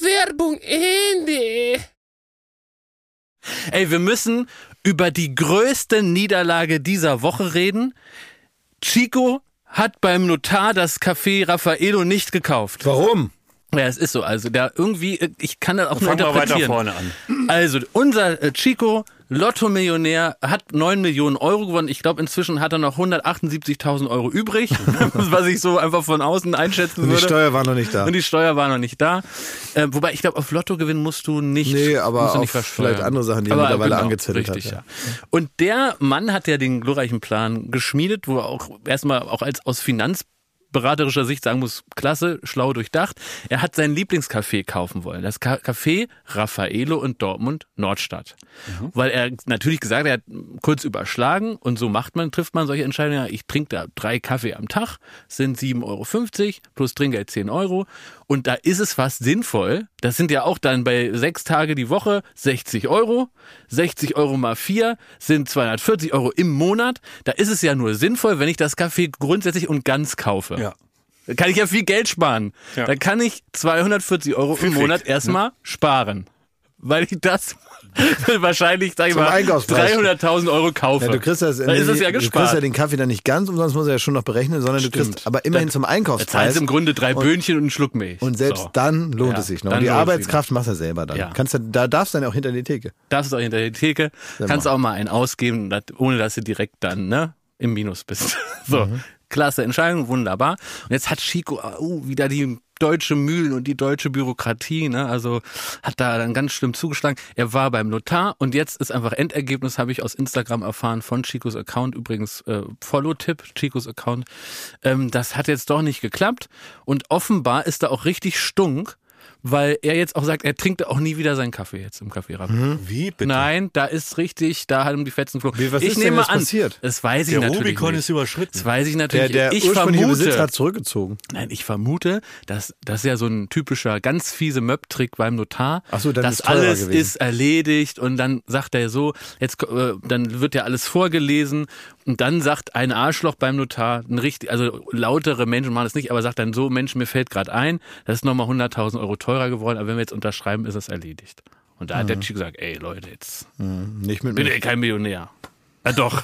Werbung Ende. Ey, wir müssen über die größte Niederlage dieser Woche reden. Chico hat beim Notar das Café Raffaello nicht gekauft. Warum? Ja, es ist so. Also da irgendwie, äh, ich kann das auch nur Fangen wir interpretieren. weiter vorne an. Also unser äh, Chico, Lotto-Millionär, hat 9 Millionen Euro gewonnen. Ich glaube, inzwischen hat er noch 178.000 Euro übrig, was ich so einfach von außen einschätzen Und die würde. Steuer war noch nicht da. Und die Steuer war noch nicht da. Äh, wobei, ich glaube, auf Lottogewinn musst du nicht. Nee, aber musst du auf nicht versteuern. genau, vielleicht andere Sachen, die er mittlerweile angezettelt hat, richtig, ja. Ja. Und der Mann hat ja den glorreichen Plan geschmiedet, wo er auch erstmal auch als aus finanzberaterischer Sicht sagen muss, klasse, schlau durchdacht. Er hat sein Lieblingscafé kaufen wollen. Das Ka- Café Raffaello in Dortmund Nordstadt. Weil er natürlich gesagt hat, er hat kurz überschlagen und so macht man, trifft man solche Entscheidungen. Ja, ich trinke da drei Kaffee am Tag, sind 7,50 Euro plus Trinkgeld 10 Euro. Und da ist es fast sinnvoll. Das sind ja auch dann bei sechs Tage die Woche 60 Euro. 60 Euro mal vier sind 240 Euro im Monat. Da ist es ja nur sinnvoll, wenn ich das Kaffee grundsätzlich und ganz kaufe. Ja. Da kann ich ja viel Geld sparen. Ja. Da kann ich 240 Euro im Monat Mhm. erstmal sparen. Weil ich das wahrscheinlich, sag ich Zum mal, Einkaufspreis. 300.000 Euro kaufe. Ja, du kriegst das, da ist es ja du kriegst ja gespart. den Kaffee dann nicht ganz, umsonst muss er ja schon noch berechnen, sondern du Stimmt. kriegst aber immerhin Da- zum Da zahlst Einkaufspreis. du im Grunde drei Böhnchen und einen Schluck Milch. und selbst so. dann lohnt Ja, es sich noch. dann Und die lohnt es sich Arbeitskraft machst du selber dann. Ja. Kannst du, da darfst du dann auch hinter die Theke. darfst du auch hinter der Theke, kannst auch mal einen ausgeben, dat- ohne dass du direkt dann ne, im Minus bist. so, klasse Entscheidung, wunderbar. Und jetzt hat Chico uh, wieder die deutsche Mühlen und die deutsche Bürokratie, ne? also hat da dann ganz schlimm zugeschlagen. Er war beim Notar und jetzt ist einfach Endergebnis, habe ich aus Instagram erfahren, von Chicos Account, übrigens äh, Follow-Tipp, Chicos Account. Ähm, das hat jetzt doch nicht geklappt und offenbar ist da auch richtig stunk, weil er jetzt auch sagt, er trinkt auch nie wieder seinen Kaffee jetzt im Kaffee. Wie bitte? Nein, da ist richtig, da haben die Fetzen geflogen. Wie, was ich ist denn nehme jetzt an, passiert? das weiß ich Der natürlich Rubikon nicht. ist überschritten. das weiß ich natürlich. ich ursprüngliche vermute, Besitzer hat zurückgezogen. nein, ich vermute, dass das ist ja so ein typischer ganz fiese Möb-Trick beim Notar. Ach so, dann das ist teurer alles gewesen. ist erledigt und dann sagt er so, jetzt äh, dann wird ja alles vorgelesen und dann sagt ein Arschloch beim Notar, ein richtig, also lautere Menschen machen das nicht, aber sagt dann so, Mensch, mir fällt gerade ein, das ist nochmal 100.000 Euro teurer geworden, aber wenn wir jetzt unterschreiben, ist das erledigt. Und da hat Ah. der Chick gesagt, ey Leute, jetzt Nicht mit bin mir. ja kein Millionär. Ja, doch.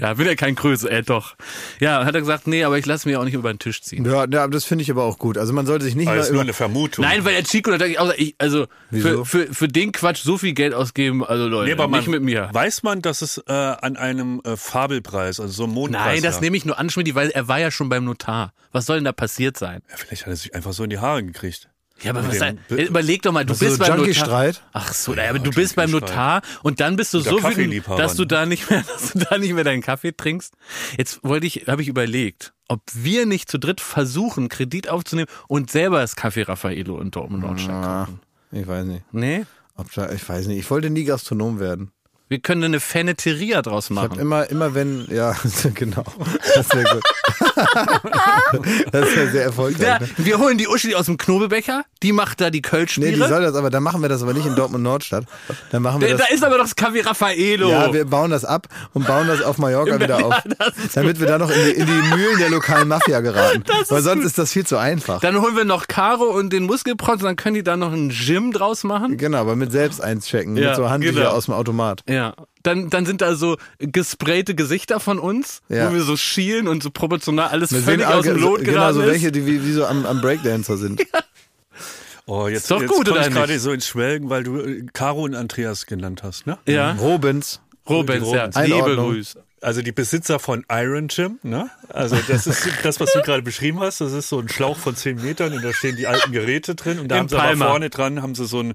ja, bin ja kein Größe, äh, doch. Ja, hat er gesagt, nee, aber ich lasse mir auch nicht über den Tisch ziehen. Ja, ja, das finde ich aber auch gut. Also man sollte sich nicht Das mal Ah, ist nur über, eine Vermutung. Nein, weil der Chico natürlich auch sagt, ich, also Wieso? für, für, für den Quatsch so viel Geld ausgeben, also Leute, Nee, aber man, nicht mit mir. Weiß man, dass es äh, an einem äh, Fabelpreis, also so einem Mondpreis Nein, das lag? nehme ich nur an, Schmidt, weil er war ja schon beim Notar. Was soll denn da passiert sein? Ja, vielleicht hat er sich einfach so in die Haare gekriegt. Ja, aber Mit was dem sein? Bi- Überleg doch mal, du so bist beim Notar. Junkie-Streit? Ach so, naja, aber du bist beim Notar Junkie-Streit. und dann bist du so wütend, Kaffeeliebhaber, dass du ne? da nicht mehr, dass du da nicht mehr deinen Kaffee trinkst. Jetzt wollte ich, habe ich überlegt, ob wir Ah. nicht zu dritt versuchen, Kredit aufzunehmen und selber das Kaffee Raffaello in Dortmund Nordstadt kaufen. Ich weiß nicht. Nee? Ob da, ich weiß nicht. Ich wollte nie Gastronom werden. Wir können eine Feneteria draus Ich hab machen. immer, immer wenn, ja, genau. Das wäre gut. das wäre sehr erfolgreich. Da, ne? wir holen die Uschi aus dem Knobelbecher, die macht da die Nee, die Kölschbiere. soll das aber, dann machen wir das aber nicht in Dortmund Nordstadt. Dann machen wir da, das. da ist aber doch das Kavi Raffaello. Ja, wir bauen das ab und bauen das auf Mallorca wieder auf. Damit wir da noch in die, in die Mühlen der lokalen Mafia geraten. Weil sonst ist das viel zu einfach. dann holen wir noch Caro und den Muskelprotz, dann können die da noch einen Gym draus machen. genau, aber mit selbst einchecken, Ja, mit so Handtücher genau. aus dem Automat. Ja. Dann, dann sind da so gesprayte Gesichter von uns, Ja. wo wir so schielen und so proportional alles Wir völlig sehen alle aus dem so- Lot Genau, geraten so ist. welche, die wie, wie so am, am Breakdancer sind. Oh, jetzt, Ist doch jetzt gut, komm oder ich gerade nicht? so ins Schwelgen, weil du äh, Caro und Andreas genannt hast, ne? Ja, Mhm. Robins. Robens, ja. Robens. Liebe Einordnung. Grüße. Also die Besitzer von Iron Gym, ne? Also das ist das, was du gerade beschrieben hast. Das ist so ein Schlauch von 10 Metern und da stehen die alten Geräte drin und da In haben sie Palma. aber vorne dran, haben sie so ein,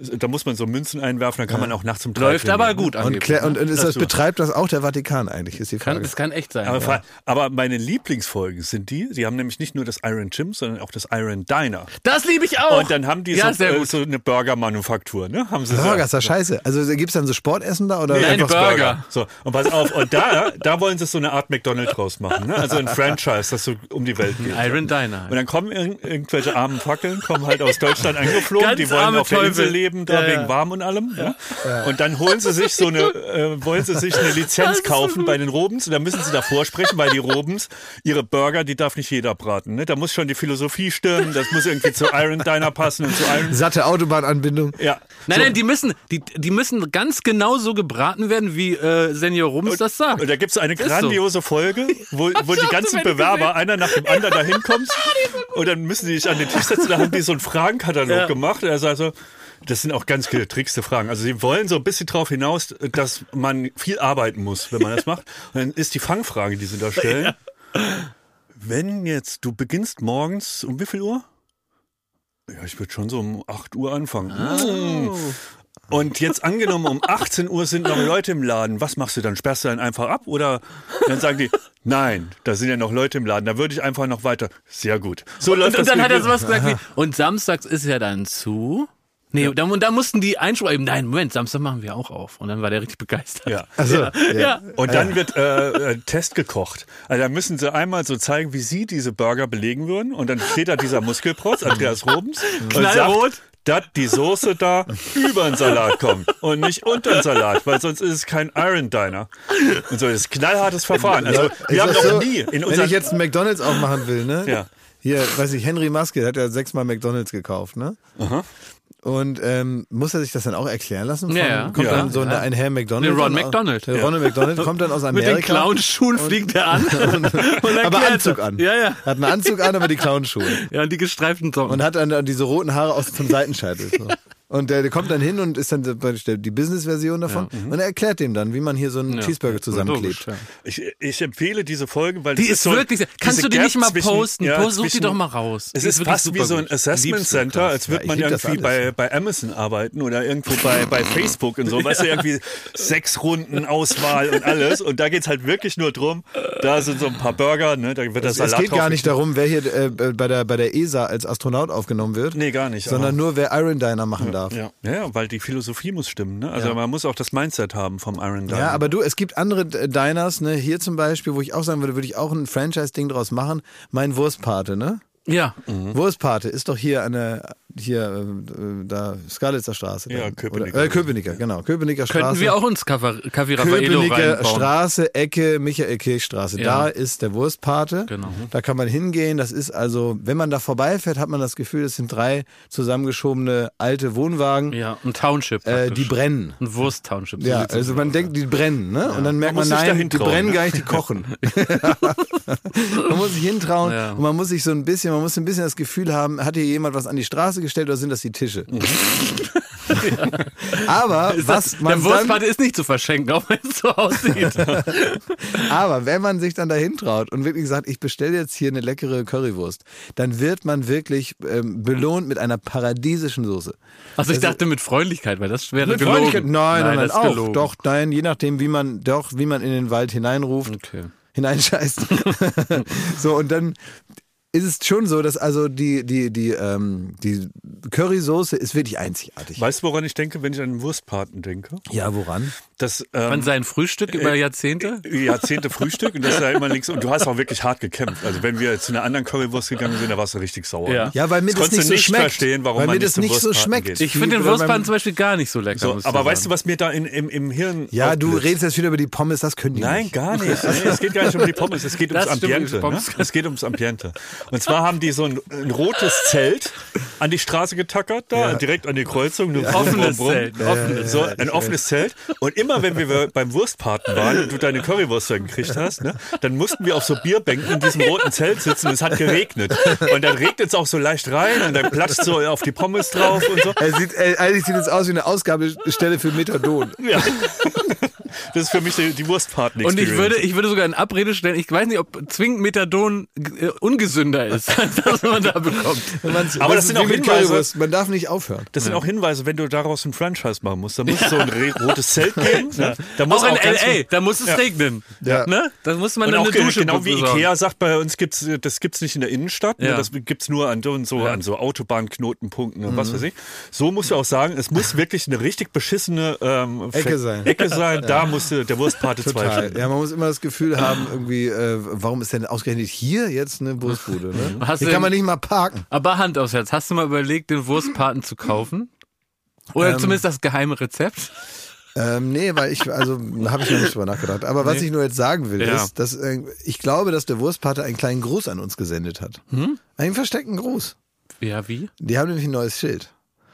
da muss man so Münzen einwerfen, dann kann man auch nachts um drei Läuft trainieren, aber ne? gut Und, angeblich. Claire, und, und ist das, Dazu. betreibt das auch der Vatikan eigentlich, ist die Frage. kann, das kann echt sein. Aber, vor- aber meine Lieblingsfolgen sind die, die haben nämlich nicht nur das Iron Gym, sondern auch das Iron Diner. das liebe ich auch. Und dann haben die Oh. ja, so, sehr äh, gut. so eine Burger-Manufaktur, ne? Haben sie so- Burger ist das scheiße. Also gibt's dann so Sportessen da oder Nee, Nein, einfach Burger. So, und pass auf, und da, da wollen sie so eine Art McDonald's draus machen, ne? Also ein Franchise, das so um die Welt geht. Iron Diner. Und dann kommen irg irgendwelche armen Fackeln, kommen halt aus Deutschland angeflogen, Ganz die wollen arme auf der Teufel. Insel leben, da Ja, wegen ja. warm und allem. Ja? Und dann holen sie sich so eine, äh, wollen sie sich eine Das ist Lizenz so kaufen gut. bei den Robens und da müssen sie davor sprechen, weil die Robens ihre Burger, die darf nicht jeder braten. Ne? Da muss schon die Philosophie stimmen, das muss irgendwie zu Iron Diner passen und zu Iron. satte Autobahnanbindung. Ja. Nein, nein, die müssen, die, die müssen ganz genau so gebraten werden, wie äh, Senior Rums das sagt. Und da gibt es eine Ist so. grandiose Folge, wo, wo die ganzen hab's im Endeffekt Bewerber einer nach dem anderen da hinkommen und dann müssen die sich an den Tisch setzen. Da haben die so einen Fragenkatalog Ja. gemacht. Er sagt so, das sind auch ganz getrickste Fragen. Also sie wollen so ein bisschen drauf hinaus, dass man viel arbeiten muss, wenn man das macht. Und dann ist die Fangfrage, die sie da stellen. Wenn jetzt, du beginnst morgens um wie viel Uhr? Ja, ich würde schon so um 8 Uhr anfangen. Ah. Mm. Und jetzt angenommen, um 18 Uhr sind noch Leute im Laden. Was machst du dann? Sperrst du dann einfach ab? Oder dann sagen die, nein, da sind ja noch Leute im Laden. Da würde ich einfach noch weiter. Sehr gut. So Und, läuft das und dann hat er Video. sowas gesagt wie, und samstags ist ja dann zu. Nee, und dann, und dann mussten die einschreiben, nein, Moment, Samstag machen wir auch auf. Und dann war der richtig begeistert. Ja. Also, Ja. Und dann wird äh, äh, Test gekocht. Also da müssen sie einmal so zeigen, wie sie diese Burger belegen würden. Und dann steht da dieser Muskelprotz, Andreas Robens, und Knallrot. sagt, dass die Soße da über den Salat kommt und nicht unter den Salat, weil sonst ist es kein Iron Diner. Und so, das ist knallhartes Verfahren. Also Ist wir haben das noch so? nie in Wenn unseren ich jetzt einen McDonalds aufmachen will, ne? Ja. Hier, weiß ich, Henry Maske, der hat ja sechsmal McDonalds gekauft, ne? Und ähm, muss er sich das dann auch erklären lassen? Ja, ja. Kommt Ja. dann so eine- ein Herr McDonald? Nee, Ron dann- McDonald. Der Ronald McDonald kommt dann aus Mit Amerika. den Clownschuhen fliegt er an. und erklärt aber Anzug das. an. Ja, ja. Hat einen Anzug an, aber die Clownschuhe. Ja, und die gestreiften Socken. Und hat dann äh, diese roten Haare aus zum Seitenscheitel. So. Und der, der kommt dann hin und ist dann praktisch der- die Business-Version davon. Und er erklärt dem dann, wie man hier so einen Cheeseburger zusammenklebt. Logisch, Mhm. ja. Ich, ich empfehle diese Folge, weil Die das ist so ein- wirklich sehr- Kannst diese du die Gap nicht mal zwischen- posten? Post- such die zwischen- doch mal raus. Es Die ist, ist wirklich fast wie super so ein gut. Assessment Liebst du, Center, krass. als Ja, würde ich man lieb das irgendwie bei, alles. bei Amazon arbeiten oder irgendwo bei, bei Facebook und so. Weißt du, irgendwie sechs Runden Auswahl und alles. Und da geht es halt wirklich nur drum, da sind so ein paar Burger, ne, da wird Es das Salat geht gar drauf- nicht darum, wer hier äh, bei, der, bei der ESA als Astronaut aufgenommen wird. Nee, gar nicht, Sondern aber- nur, wer Iron Diner machen darf. Ja. Ja. ja, weil die Philosophie muss stimmen. Ne? Also man muss auch das Mindset haben vom Iron Diner. aber du, es gibt andere äh, Diners, ne, hier zum Beispiel, wo ich auch sagen würde, würde ich auch ein Franchise-Ding draus machen. Mein Wurstpate, ne? Ja. Mhm. Wurstpate ist doch hier an der, hier, äh, da, Skalitzer Straße. Ja, da. Köpenicker. Oder, äh, Köpenicker, genau. Köpenicker Straße. Könnten wir auch uns Kaffee Raffaello Köpenicker reinbauen. Straße, Ecke, Michael-Kirch-Straße. Ja. Da ist der Wurstpate. Genau. Da kann man hingehen. Das ist also, wenn man da vorbeifährt, hat man das Gefühl, es sind drei zusammengeschobene alte Wohnwagen, Ja, ein Township äh, die praktisch. brennen. Ein Wurst-Township. so Ja, sieht's also man denkt, die brennen, ne? Und dann merkt man, Man muss sich nein, dahin die trauen, brennen ne? gar nicht, die kochen. man muss sich hintrauen Ja. und man muss sich so ein bisschen, man muss ein bisschen das Gefühl haben, hat hier jemand was an die Straße gestellt oder sind das die Tische? Aber was man Der dann Wurstpate ist nicht zu verschenken, auch wenn es so aussieht. Aber wenn man sich dann dahin traut und wirklich sagt, ich bestelle jetzt hier eine leckere Currywurst, dann wird man wirklich ähm, belohnt mit einer paradiesischen Soße. Also ich dachte mit Freundlichkeit, weil das wäre Mit gelogen. Freundlichkeit? Nein, nein, nein, das ist auch. gelogen. Doch, nein, je nachdem, wie man, doch, wie man in den Wald hineinruft, Okay. hineinscheißt. so, und dann ist es schon so, dass also die, die, die, ähm, die Currysoße ist wirklich einzigartig. Weißt du, woran ich denke, wenn ich an den Wurstpaten denke? Ja, woran? Das Und ähm, sein Frühstück über Äh, Jahrzehnte? Jahrzehnte Frühstück und das ist ja immer links. Und du hast auch wirklich hart gekämpft. Also wenn wir zu einer anderen Currywurst gegangen sind, da warst du richtig sauer. Ja. Ne? Ja, weil mir das, konntest nicht du so nicht schmeckt. verstehen, warum weil man mir nicht das zum nicht so Wurstbraten schmeckt. geht. Ich finde den Wie Wurstpan beim- zum Beispiel gar nicht so lecker. So, muss ich aber sagen. weißt du, was mir da in, im, im Hirn Ja, du aufblitzt? redest jetzt wieder über die Pommes, das können die Nein, nicht. gar nicht. Nee, es geht gar nicht um die Pommes, es geht Das ums stimmt, Ambiente. die Ne? Pommes. Es geht ums Ambiente. Und zwar haben die so ein, ein rotes Zelt an die Straße getackert, da direkt an die Kreuzung. Ein Offenes Zelt, ein offenes so, ein offenes Zelt. Und immer wenn wir beim Wurstpaten waren und du deine Currywurst dann gekriegt hast, ne, dann mussten wir auf so Bierbänken in diesem roten Zelt sitzen und es hat geregnet. Und dann regnet es auch so leicht rein und dann platscht so auf die Pommes drauf und so. Er Also sieht, er, eigentlich sieht es aus wie eine Ausgabestelle für Methadon. Ja. Das ist für mich die, die Wurstpaten Und ich würde, ich würde sogar in Abrede stellen, ich weiß nicht, ob zwingend Methadon äh, ungesünder ist, als das, was man da bekommt. Aber das ist sind wie auch mit Hinweise. Currywurst, Man darf nicht aufhören. Das sind auch Hinweise, wenn du daraus ein Franchise machen musst, dann muss es so ein re- rotes Zelt geben. Ne? Da muss Auch in ganz L.A., viel- da muss es Ja. regnen. Ja. Ne? Da muss man Und dann auch eine Dusche genau wie besorgen. Ikea sagt, bei uns gibt's äh, das gibt's nicht in der Innenstadt, Ja. ne? das gibt's nur an so und so an so Autobahnknotenpunkten und Mhm. was weiß ich. So musst du auch sagen, es muss wirklich eine richtig beschissene ähm, Ecke Fe- sein. Ecke sein. Da musste der Wurstpate zwei Total. stehen. Ja, man muss immer das Gefühl haben, irgendwie, äh, warum ist denn ausgerechnet hier jetzt eine Wurstbude? Ne? Hast Hier du- kann man nicht mal parken. Aber Hand aufs Herz, hast du mal überlegt, den Wurstpaten zu kaufen? Oder zumindest das geheime Rezept? Ähm, nee, weil ich, also habe ich noch nicht drüber nachgedacht. Aber was ich nur jetzt sagen will, Ja. ist, dass äh, ich glaube, dass der Wurstpate einen kleinen Gruß an uns gesendet hat. Hm? Einen versteckten Gruß. Ja, wie? Die haben nämlich ein neues Schild.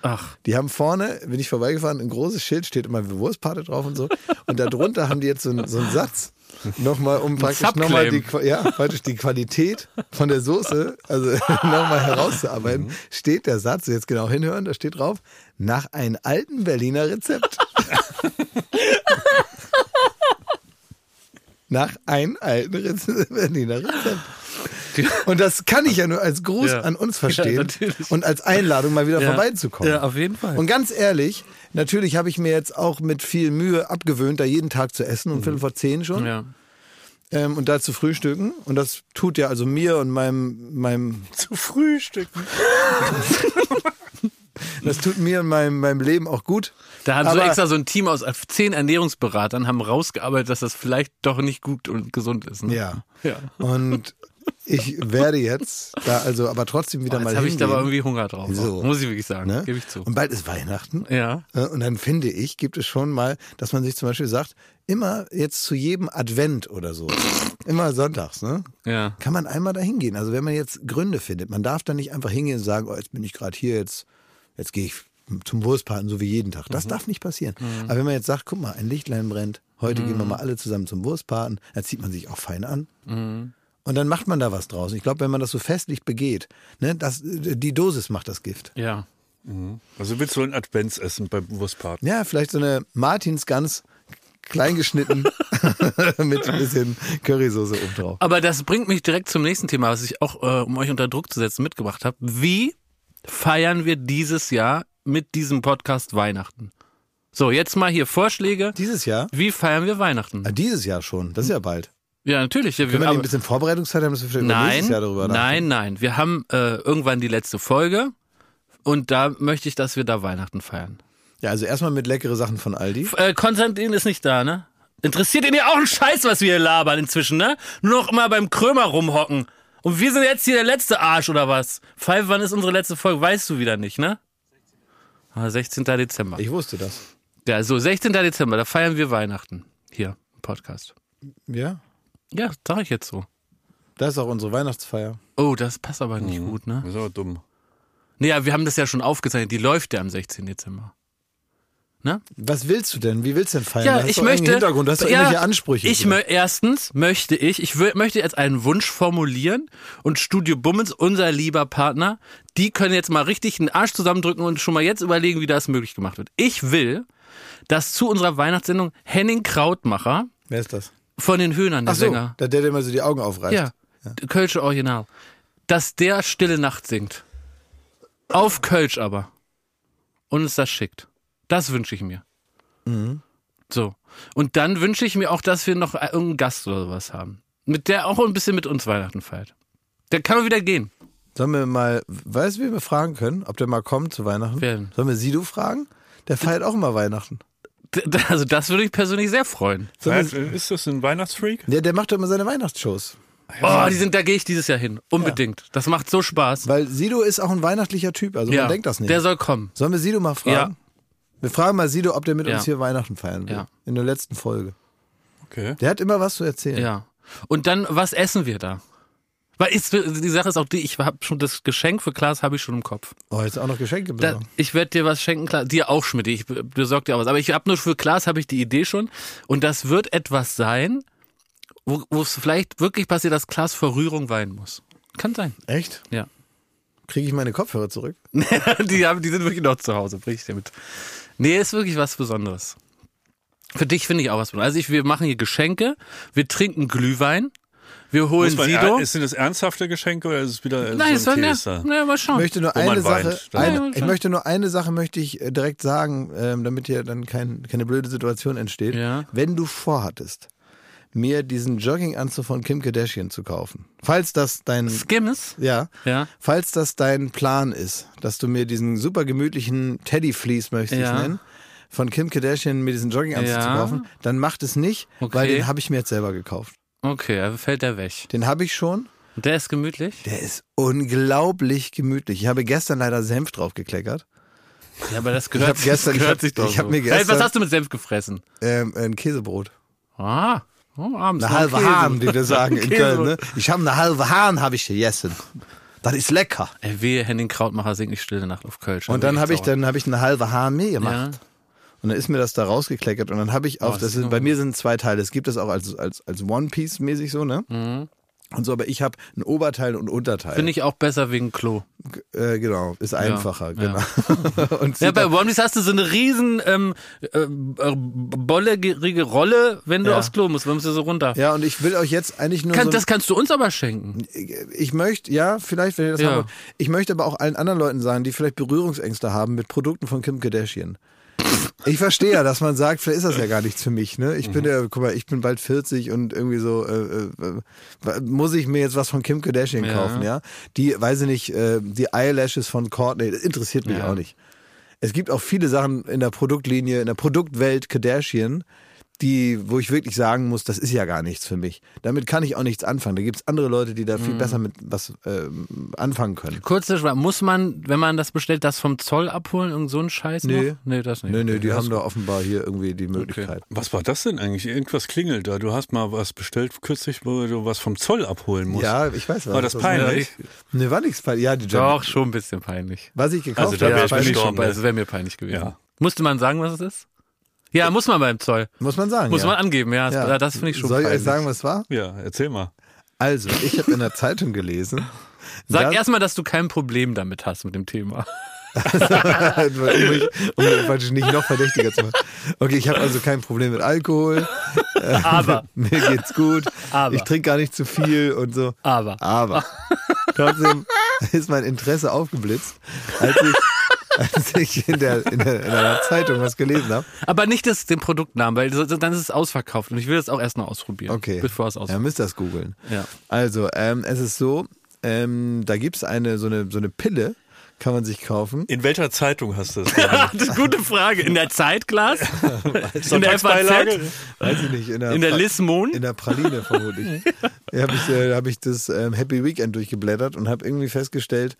Ach, Die haben vorne, bin ich vorbeigefahren, ein großes Schild, steht immer Wurstpate drauf und so. Und darunter haben die jetzt so, einen- so einen Satz. Nochmal, um praktisch Subclaim. nochmal die, Qua- ja, praktisch die Qualität von der Soße, also nochmal Mhm. herauszuarbeiten, steht der Satz, jetzt genau hinhören, da steht drauf, nach einem alten Berliner Rezept. nach einem alten Rez- Berliner Rezept. Und das kann ich ja nur als Gruß Ja. an uns Ja, verstehen natürlich. und als Einladung, mal wieder Ja. vorbeizukommen. Ja, auf jeden Fall. Und ganz ehrlich, natürlich habe ich mir jetzt auch mit viel Mühe abgewöhnt, da jeden Tag zu essen, um Viertel vor zehn schon, Mhm. ja. ähm, und da zu frühstücken. Und das tut ja also mir und meinem, meinem Zu frühstücken. das tut mir und meinem, meinem Leben auch gut. Da haben so Aber- extra so ein Team aus äh, zehn Ernährungsberatern haben rausgearbeitet, dass das vielleicht doch nicht gut und gesund ist. Ne? Ja. Ja. Und ich werde jetzt da also aber trotzdem wieder Jetzt mal habe ich da aber hingehen, irgendwie Hunger drauf. So. Muss ich wirklich sagen. ne? Gebe ich zu. Und bald ist Weihnachten. Ja. Äh, Und dann finde ich, gibt es schon mal, dass man sich zum Beispiel sagt, immer jetzt zu jedem Advent oder so, immer sonntags, ne? Ja. Kann man einmal da hingehen. Also wenn man jetzt Gründe findet, man darf da nicht einfach hingehen und sagen, oh, jetzt bin ich gerade hier, jetzt, jetzt gehe ich zum Wurstpaten, so wie jeden Tag. Das darf nicht passieren. Aber wenn man jetzt sagt, guck mal, ein Lichtlein brennt, heute gehen wir mal alle zusammen zum Wurstpaten, dann zieht man sich auch fein an. Und dann macht man da was draus. Ich glaube, wenn man das so festlich begeht, ne, das, die Dosis macht das Gift. Ja. Also willst du ein Adventsessen beim Wurstpaten? Ja, vielleicht so eine Martinsgans klein geschnitten mit ein bisschen Currysoße oben drauf. Aber das bringt mich direkt zum nächsten Thema, was ich auch, äh, um euch unter Druck zu setzen, mitgebracht habe. Wie feiern wir dieses Jahr mit diesem Podcast Weihnachten? So, jetzt mal hier Vorschläge. Dieses Jahr? Wie feiern wir Weihnachten? Ah, dieses Jahr schon. Das ist ja bald. Ja, natürlich. Ja, wir, Wenn wir aber- ein bisschen Vorbereitungszeit haben, dass wir vielleicht über nein, nächstes Jahr darüber nein, nein. Wir haben äh, irgendwann die letzte Folge und da möchte ich, dass wir da Weihnachten feiern. Ja, also erstmal mit leckere Sachen von Aldi. Äh, Konstantin ist nicht da, ne? Interessiert ihn ja auch ein Scheiß, was wir hier labern inzwischen, ne? Nur noch immer beim Krömer rumhocken. Und wir sind jetzt hier der letzte Arsch, oder was? Pfeife, wann ist unsere letzte Folge? Weißt du wieder nicht, ne? Ah, 16. Dezember. Ich wusste das. Ja, so, 16. Dezember, da feiern wir Weihnachten. Hier, im Podcast. Ja. Ja, sag ich jetzt so. Das ist auch unsere Weihnachtsfeier. Oh, das passt aber nicht gut, ne? Das ist aber dumm. Naja, wir haben das ja schon aufgezeichnet. Die läuft ja am 16. Dezember. Was willst du denn? Wie willst du denn feiern? Ja, Du hast ich doch irgendeinen möchte. Hintergrund, du hast doch ja, irgendwelche Ansprüche. Ich mö erstens möchte ich, ich wö- möchte jetzt einen Wunsch formulieren und Studio Bummens, unser lieber Partner, die können jetzt mal richtig einen Arsch zusammendrücken und schon mal jetzt überlegen, wie das möglich gemacht wird. Ich will, dass zu unserer Weihnachtssendung Henning Krautmacher Wer ist das? von den Höhnern, der Ach so, Sänger, der, der der immer so die Augen aufreißt. ja, Kölsche Original, dass der Stille Nacht singt. Auf Kölsch aber. Und uns das schickt. Das wünsche ich mir. Mhm. So. Und dann wünsche ich mir auch, dass wir noch äh, irgendeinen Gast oder sowas haben. Mit der auch ein bisschen mit uns Weihnachten feiert. Der kann wieder gehen. Sollen wir mal, weißt du, wen wir fragen können, ob der mal kommt zu Weihnachten? Wer denn? Sollen wir Sido fragen? Der feiert auch immer Weihnachten. D- Also das würde ich persönlich sehr freuen. Sollen Äh, Ist das ein Weihnachtsfreak? Der, der macht doch immer seine Weihnachtsshows. Oh, die sind, da gehe ich dieses Jahr hin. Unbedingt. Das macht so Spaß. Weil Sido ist auch ein weihnachtlicher Typ, also man denkt das nicht. Der soll kommen. Sollen wir Sido mal fragen? Wir fragen mal Sido, ob der mit Ja. uns hier Weihnachten feiern will. Ja. In der letzten Folge. Okay. Der hat immer was zu erzählen. Ja. Und dann, was essen wir da? Weil ist, die Sache ist auch die, ich habe schon das Geschenk für Klaas habe ich schon im Kopf. Oh, jetzt auch noch Geschenke Da, besorgen. ich werde dir was schenken, Klaas. Dir auch, Schmidt. Ich be- besorg dir auch was. Aber ich habe nur für Klaas habe ich die Idee schon. Und das wird etwas sein, wo wo es vielleicht wirklich passiert, dass Klaas vor Rührung weinen muss. Kann sein. Echt? Ja. Kriege ich meine Kopfhörer zurück? die, haben, die sind wirklich noch zu Hause, bring ich dir mit. Nee, ist wirklich was Besonderes. Für dich finde ich auch was Besonderes. Also ich, wir machen hier Geschenke, wir trinken Glühwein, wir holen Muss man, Äh, Sido. Ist, sind das ernsthafte Geschenke oder ist es wieder äh, Nein, so ein es war Teester? ne, ne, mal Ich schauen. möchte nur Wo man eine weint, Sache, dann- eine, Ja, ich schon. möchte nur eine Sache möchte ich äh, direkt sagen, ähm, damit hier dann kein, keine blöde Situation entsteht. Ja. Wenn du vorhattest, mir diesen Jogginganzug von Kim Kardashian zu kaufen, falls das dein Skimmes? ja, Ja. falls das dein Plan ist, dass du mir diesen super gemütlichen Teddy Fleece möchte Ja. ich nennen, von Kim Kardashian mir diesen Jogginganzug Ja. zu kaufen, dann mach das nicht, weil Okay. den habe ich mir jetzt selber gekauft. Okay, also fällt der weg. Den habe ich schon. Und Der ist gemütlich. Der ist unglaublich gemütlich. Ich habe gestern leider Senf drauf gekleckert. Ja, aber das hab gehört, gestern- das gehört ich hab- sich doch ich hab so. mir Hey, Was gestern- hast du mit Senf gefressen? Ähm, ein Käsebrot. Ah, oh, abends. Eine noch halbe Käse. Hahn, wie wir sagen in Käse. Köln. Ne? Ich habe eine halbe Hahn habe ich gegessen. Das ist lecker. Ey, wehe, Henning Krautmacher singt nicht Stille Nacht auf Kölsch. Und dann bin habe ich Also sauer. dann habe ich eine halbe Hahn mehr Ja. gemacht. Und dann ist mir das da rausgekleckert und dann habe ich auf, Oh, das ist sind, bei mir sind zwei Teile. Es gibt das auch als als als One Piece mäßig so ne. Und so, aber ich habe ein Oberteil und ein Unterteil. Mhm. Finde ich auch besser wegen Klo. äh, genau, ist einfacher. Genau. und Ja, sieht bei auch- One Piece hast du so eine riesen ähm, äh, äh, bollerige Rolle, wenn du Ja. aufs Klo musst, dann musst du so runter. ja, und ich will euch jetzt eigentlich nur Kann, so äh, das kannst du uns aber schenken. ich möchte, ja, vielleicht, wenn ihr das Ja. haben wollt. Ich möchte aber auch allen anderen Leuten sagen, die vielleicht Berührungsängste haben mit Produkten von Kim Kardashian. Ich verstehe ja, dass man sagt, vielleicht ist das ja gar nichts für mich. Ne? Ich Mhm. bin ja, guck mal, ich bin bald 40 und irgendwie so, äh, äh, äh, muss ich mir jetzt was von Kim Kardashian kaufen, ja? Die, weiß ich nicht, äh, die Eyelashes von Courtney, das interessiert mich Ja. auch nicht. Es gibt auch viele Sachen in der Produktlinie, in der Produktwelt Kardashian, die, wo ich wirklich sagen muss, das ist ja gar nichts für mich. Damit kann ich auch nichts anfangen. Da gibt es andere Leute, die da Mhm. viel besser mit was ähm, anfangen können. Kurze Schwa- muss man, wenn man das bestellt, das vom Zoll abholen, irgend so einen Scheiß Nee. noch? Nee, das nicht. Nö, nö, die Das- haben da offenbar hier irgendwie die Möglichkeit. Was war das denn eigentlich? Irgendwas klingelt da. Du hast mal was bestellt kürzlich, wo du was vom Zoll abholen musst. Ja, ich weiß War das peinlich? Ne, war nichts peinlich. Ja, die Jam Doch, schon ein bisschen peinlich. Was ich gekauft Also da habe, wär war ich peinlich. bestimmt- schon, Gestorben, ne? das wäre mir peinlich gewesen. Ja. Musste man sagen, was es ist? Ja, muss man beim Zoll. muss man sagen. Muss ja. man angeben, ja. Ja. Das, das finde ich schon Soll ich peinlich. euch sagen, was war? Ja, erzähl mal. Also, ich habe in der Zeitung gelesen. Sag dass- erstmal, dass du kein Problem damit hast mit dem Thema. um mich, um mich praktisch nicht noch verdächtiger zu machen. Okay, ich habe also kein Problem mit Alkohol. Aber, Mir geht's gut. Aber. Ich trinke gar nicht zu viel und so. aber. Aber trotzdem ist mein Interesse aufgeblitzt, als ich, als ich in, der, in, der, in einer Zeitung was gelesen habe. Aber nicht das, den Produktnamen, weil so- dann ist es ausverkauft und ich will das auch erst mal ausprobieren. Okay. Bevor es Ja, ausverkauft müsst ihr das googeln. Ja. Also, ähm, es ist so, ähm, da gibt's eine, so eine so eine Pille, kann man sich kaufen. In welcher Zeitung hast du das? gelesen? ist. Gute Frage. In der Zeitglas? in der FAZ? Sonntagsbeilage? Weiß ich nicht, in der, In der Pra- Lismon? In der Praline vermutlich. ja, habe ich, äh, hab ich das ähm, Happy Weekend durchgeblättert und habe irgendwie festgestellt,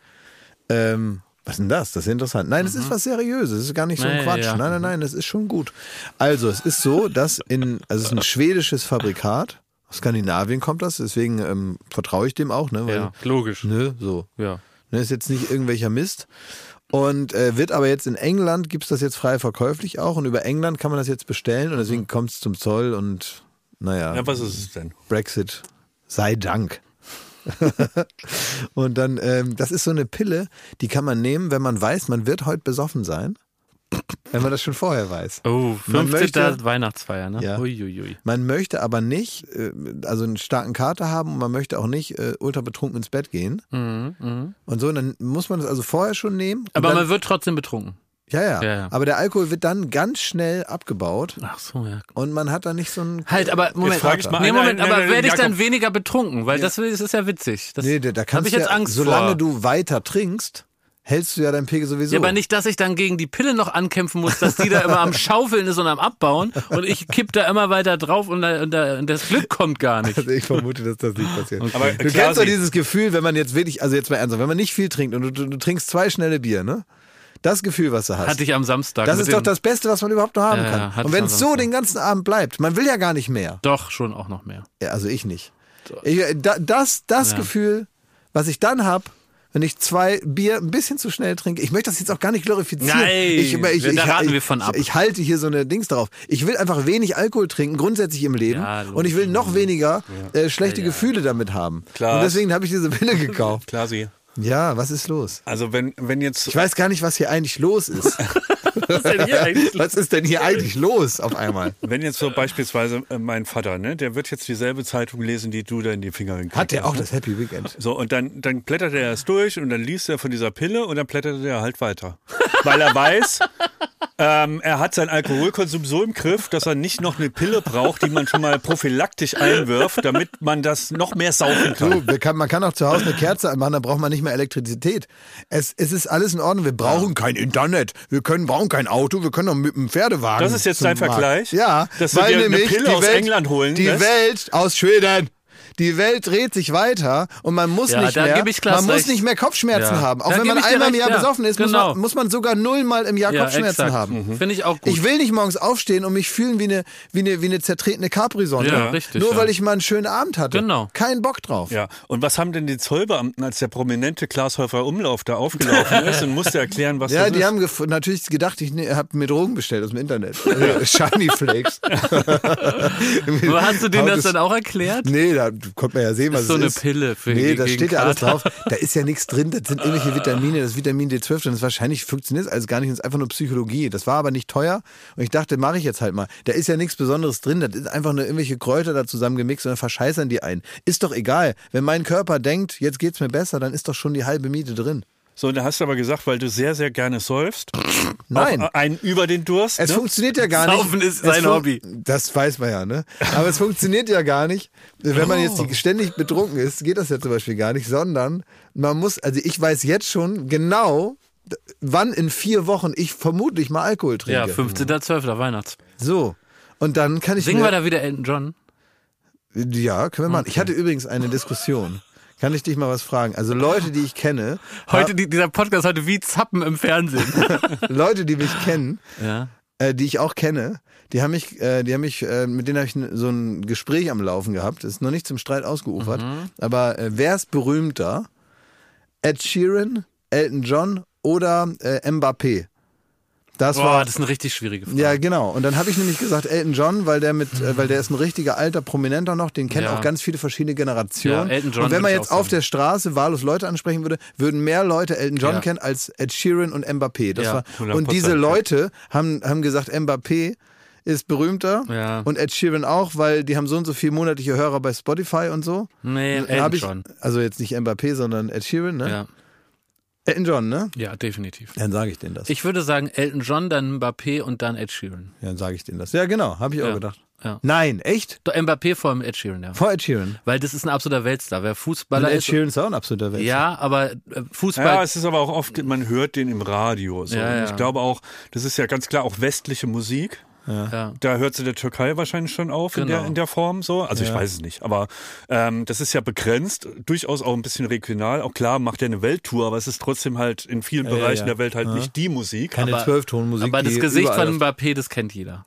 ähm, was ist denn das? Das ist interessant. Nein, es ist was Seriöses. Es ist gar nicht so ein Mhm. Ja, ja, Quatsch. ja. Nein, nein, nein, es ist schon gut. Also, es ist so, dass in, also es ist ein schwedisches Fabrikat. Aus Skandinavien kommt das, deswegen ähm, vertraue ich dem auch, ne? Weil, Ja, logisch. Ne, so. Ja. Ne, ist jetzt nicht irgendwelcher Mist. Und äh, wird aber jetzt in England, gibt's das jetzt frei verkäuflich auch. Und über England kann man das jetzt bestellen und deswegen kommt's zum Zoll und naja, Ja, was ist es denn? Brexit sei Dank. und dann, ähm, das ist so eine Pille, die kann man nehmen, wenn man weiß, man wird heute besoffen sein. Wenn man das schon vorher weiß. Oh, Man 50. möchte- Weihnachtsfeier, ne? Ja. Uiuiui. Man möchte aber nicht, äh, also einen starken Kater haben und man möchte auch nicht äh, ultra betrunken ins Bett gehen. Und so, und dann muss man das also vorher schon nehmen. und Aber dann, man wird trotzdem betrunken. Ja ja. Ja, ja. Aber der Alkohol wird dann ganz schnell abgebaut Ach so, ja. und man hat dann nicht so einen. Halt, aber Moment, frag ich mal nee, einen, Moment, einen, aber einen, werde ich dann Jakob. weniger betrunken? Weil das, will- das ist ja witzig. Das Nee, da, da habe kannst ich jetzt ja, Angst solange vor. du weiter trinkst, hältst du ja deinen Pegel sowieso. Ja, aber nicht, dass ich dann gegen die Pille noch ankämpfen muss, dass die da immer am Schaufeln ist und am Abbauen und ich kipp da immer weiter drauf und, da, und, da, und das Glück kommt gar nicht. Also ich vermute, dass das nicht passiert. Aber Du klar, kennst doch sie- dieses Gefühl, wenn man jetzt wirklich, also jetzt mal ernsthaft, wenn man nicht viel trinkt und du, du, du trinkst zwei schnelle Bier, ne? Das Gefühl, was du hast. Hatte ich am Samstag. das mit ist doch dem- das Beste, was man überhaupt noch haben Ja, ja, kann. hatte und ich wenn am es so Samstag. den ganzen Abend bleibt, man will ja gar nicht mehr. Doch, schon auch noch mehr. Ja, also ich nicht. Ich, äh, da, das das Gefühl, was ich dann habe, wenn ich zwei Bier ein bisschen zu schnell trinke, ich möchte das jetzt auch gar nicht glorifizieren. Nein, ich, da raten wir von ich, ab. Ich, halte hier so eine Dings drauf. Ich will einfach wenig Alkohol trinken, grundsätzlich im Leben. Ja, logisch. und ich will noch weniger äh, schlechte Gefühle damit haben. Klar. Und deswegen habe ich diese Pille gekauft. Klar, sie. Ja, was ist los? Oh. Also wenn, wenn jetzt. Ich weiß gar nicht, was hier eigentlich los ist. Was ist denn hier eigentlich? was ist denn hier eigentlich los auf einmal? Wenn jetzt so beispielsweise äh, mein Vater, ne, der wird jetzt dieselbe Zeitung lesen, die du da in die Finger gekriegt Hat der hast, auch ne? das Happy Weekend? So, und dann, dann blättert er das durch und dann liest er von dieser Pille und dann blättert er halt weiter. Weil er weiß, ähm, er hat seinen Alkoholkonsum so im Griff, dass er nicht noch eine Pille braucht, die man schon mal prophylaktisch einwirft, damit man das noch mehr saufen kann. Du, wir kann, man kann auch zu Hause eine Kerze anmachen, dann braucht man nicht mehr Elektrizität. Es, es ist alles in Ordnung. Wir brauchen kein Internet, wir können, brauchen kein Auto, wir können auch mit einem Pferdewagen. Das ist jetzt zum dein Markt. Vergleich? Ja, Dass du dir eine Pille aus England holen Die lässt? Welt aus Schweden. Die Welt dreht sich weiter und man muss Ja, nicht da mehr, geb ich Klaas man muss recht. nicht mehr Kopfschmerzen Ja. haben. Auch Da wenn geb man ich dir einmal im recht, Jahr ja. besoffen ist, muss, Genau. man, muss man sogar nullmal im Jahr Ja, Kopfschmerzen exakt. haben. Mhm. Finde ich auch gut. Ich will nicht morgens aufstehen und mich fühlen wie eine, wie eine, wie eine zertretene Capri-Sonne. Ja, richtig, Nur ja. weil ich mal einen schönen Abend hatte. Genau. Kein Bock drauf. Ja, und was haben denn die Zollbeamten, als der prominente Glashäufer Umlauf da aufgelaufen ist und musste erklären, was Ja, das die ist? haben gef- natürlich gedacht, ich ne, habe mir Drogen bestellt aus dem Internet. Shiny Flakes. Aber hast du denen Haut das ist- dann auch erklärt? Nee, da konnte man ja sehen, was Ist so es eine ist. Pille für- Nee, da gegen steht ja alles Kater. drauf. Da ist ja nichts drin. Das sind irgendwelche Vitamine, das ist Vitamin D12 drin. Das wahrscheinlich funktioniert alles gar nicht. Das ist einfach nur Psychologie. Das war aber nicht teuer. Und ich dachte, mache ich jetzt halt mal. Da ist ja nichts Besonderes drin. Das ist einfach nur irgendwelche Kräuter da zusammengemixt und dann verscheißern die einen. Ist doch egal. Wenn mein Körper denkt, jetzt geht's mir besser, dann ist doch schon die halbe Miete drin. So, und da hast du aber gesagt, weil du sehr, sehr gerne säufst. Nein. Auch einen über den Durst. Es ne? funktioniert ja gar nicht. Saufen ist Es sein fun- Hobby. Das weiß man ja, ne? Aber es funktioniert ja gar nicht. Wenn man Oh. jetzt die ständig betrunken ist, geht das ja zum Beispiel gar nicht, sondern man muss, also ich weiß jetzt schon genau, d- wann in vier Wochen ich vermutlich mal Alkohol Ja, trinke. 15.12. Weihnachts. So. Und dann kann ich Singen wir mir, da wieder Elton John? Ja, können wir machen. Ich hatte übrigens eine Diskussion. Kann ich dich mal was fragen? Also Leute, die ich kenne, Heute, die, dieser Podcast heute wie Zappen im Fernsehen. Leute, die mich kennen, ja. äh, die ich auch kenne, die haben mich, äh, die haben mich, äh, mit denen habe ich n- so ein Gespräch am Laufen gehabt. Ist noch nicht zum Streit ausgeufert. Aber äh, wer ist berühmter? Ed Sheeran, Elton John oder äh, Mbappé? Das Boah, war. das ist eine richtig schwierige Frage. ja, genau. Und dann habe ich nämlich gesagt, Elton John, weil der mit, äh, weil der ist ein richtiger alter Prominenter noch, den kennen Ja. auch ganz viele verschiedene Generationen. Ja, Elton John und wenn man würde ich jetzt auch auf der Straße wahllos Leute ansprechen würde, würden mehr Leute Elton John Ja. kennen als Ed Sheeran und Mbappé. Das Ja, war, 100%, und diese ja. Leute haben, haben gesagt, Mbappé ist berühmter Ja. und Ed Sheeran auch, weil die haben so und so viele monatliche Hörer bei Spotify und so. Nee, Hab Elton ich, John. Also jetzt nicht Mbappé, sondern Ed Sheeran, ne? Ja. Elton John, ne? ja, definitiv. Dann sage ich denen das. Ich würde sagen Elton John, dann Mbappé und dann Ed Sheeran. Dann sage ich denen das. Ja, genau, habe ich auch Ja. gedacht. Ja. Nein, echt? Doch, Mbappé vor allem Ed Sheeran, ja. Vor Ed Sheeran. Weil das ist ein absoluter Weltstar. Wer Und Fußballer Ed ist. Sheeran ist auch ein absoluter Welt. Ja, aber äh, Fußball. Ja, es ist aber auch oft, man hört den im Radio. So. Ja, Und ja. Ich glaube auch, das ist ja ganz klar auch westliche Musik. ja. Da hört sie der Türkei wahrscheinlich schon auf in, Genau. der, in der Form so. Also ich weiß es nicht. Aber ähm, das ist ja begrenzt, durchaus auch ein bisschen regional. Auch klar macht er eine Welttour, aber es ist trotzdem halt in vielen Bereichen ja. der Welt halt nicht die Musik. Keine Aber- Zwölftonmusik. aber das die Gesicht überall von auf- Mbappé, das kennt jeder.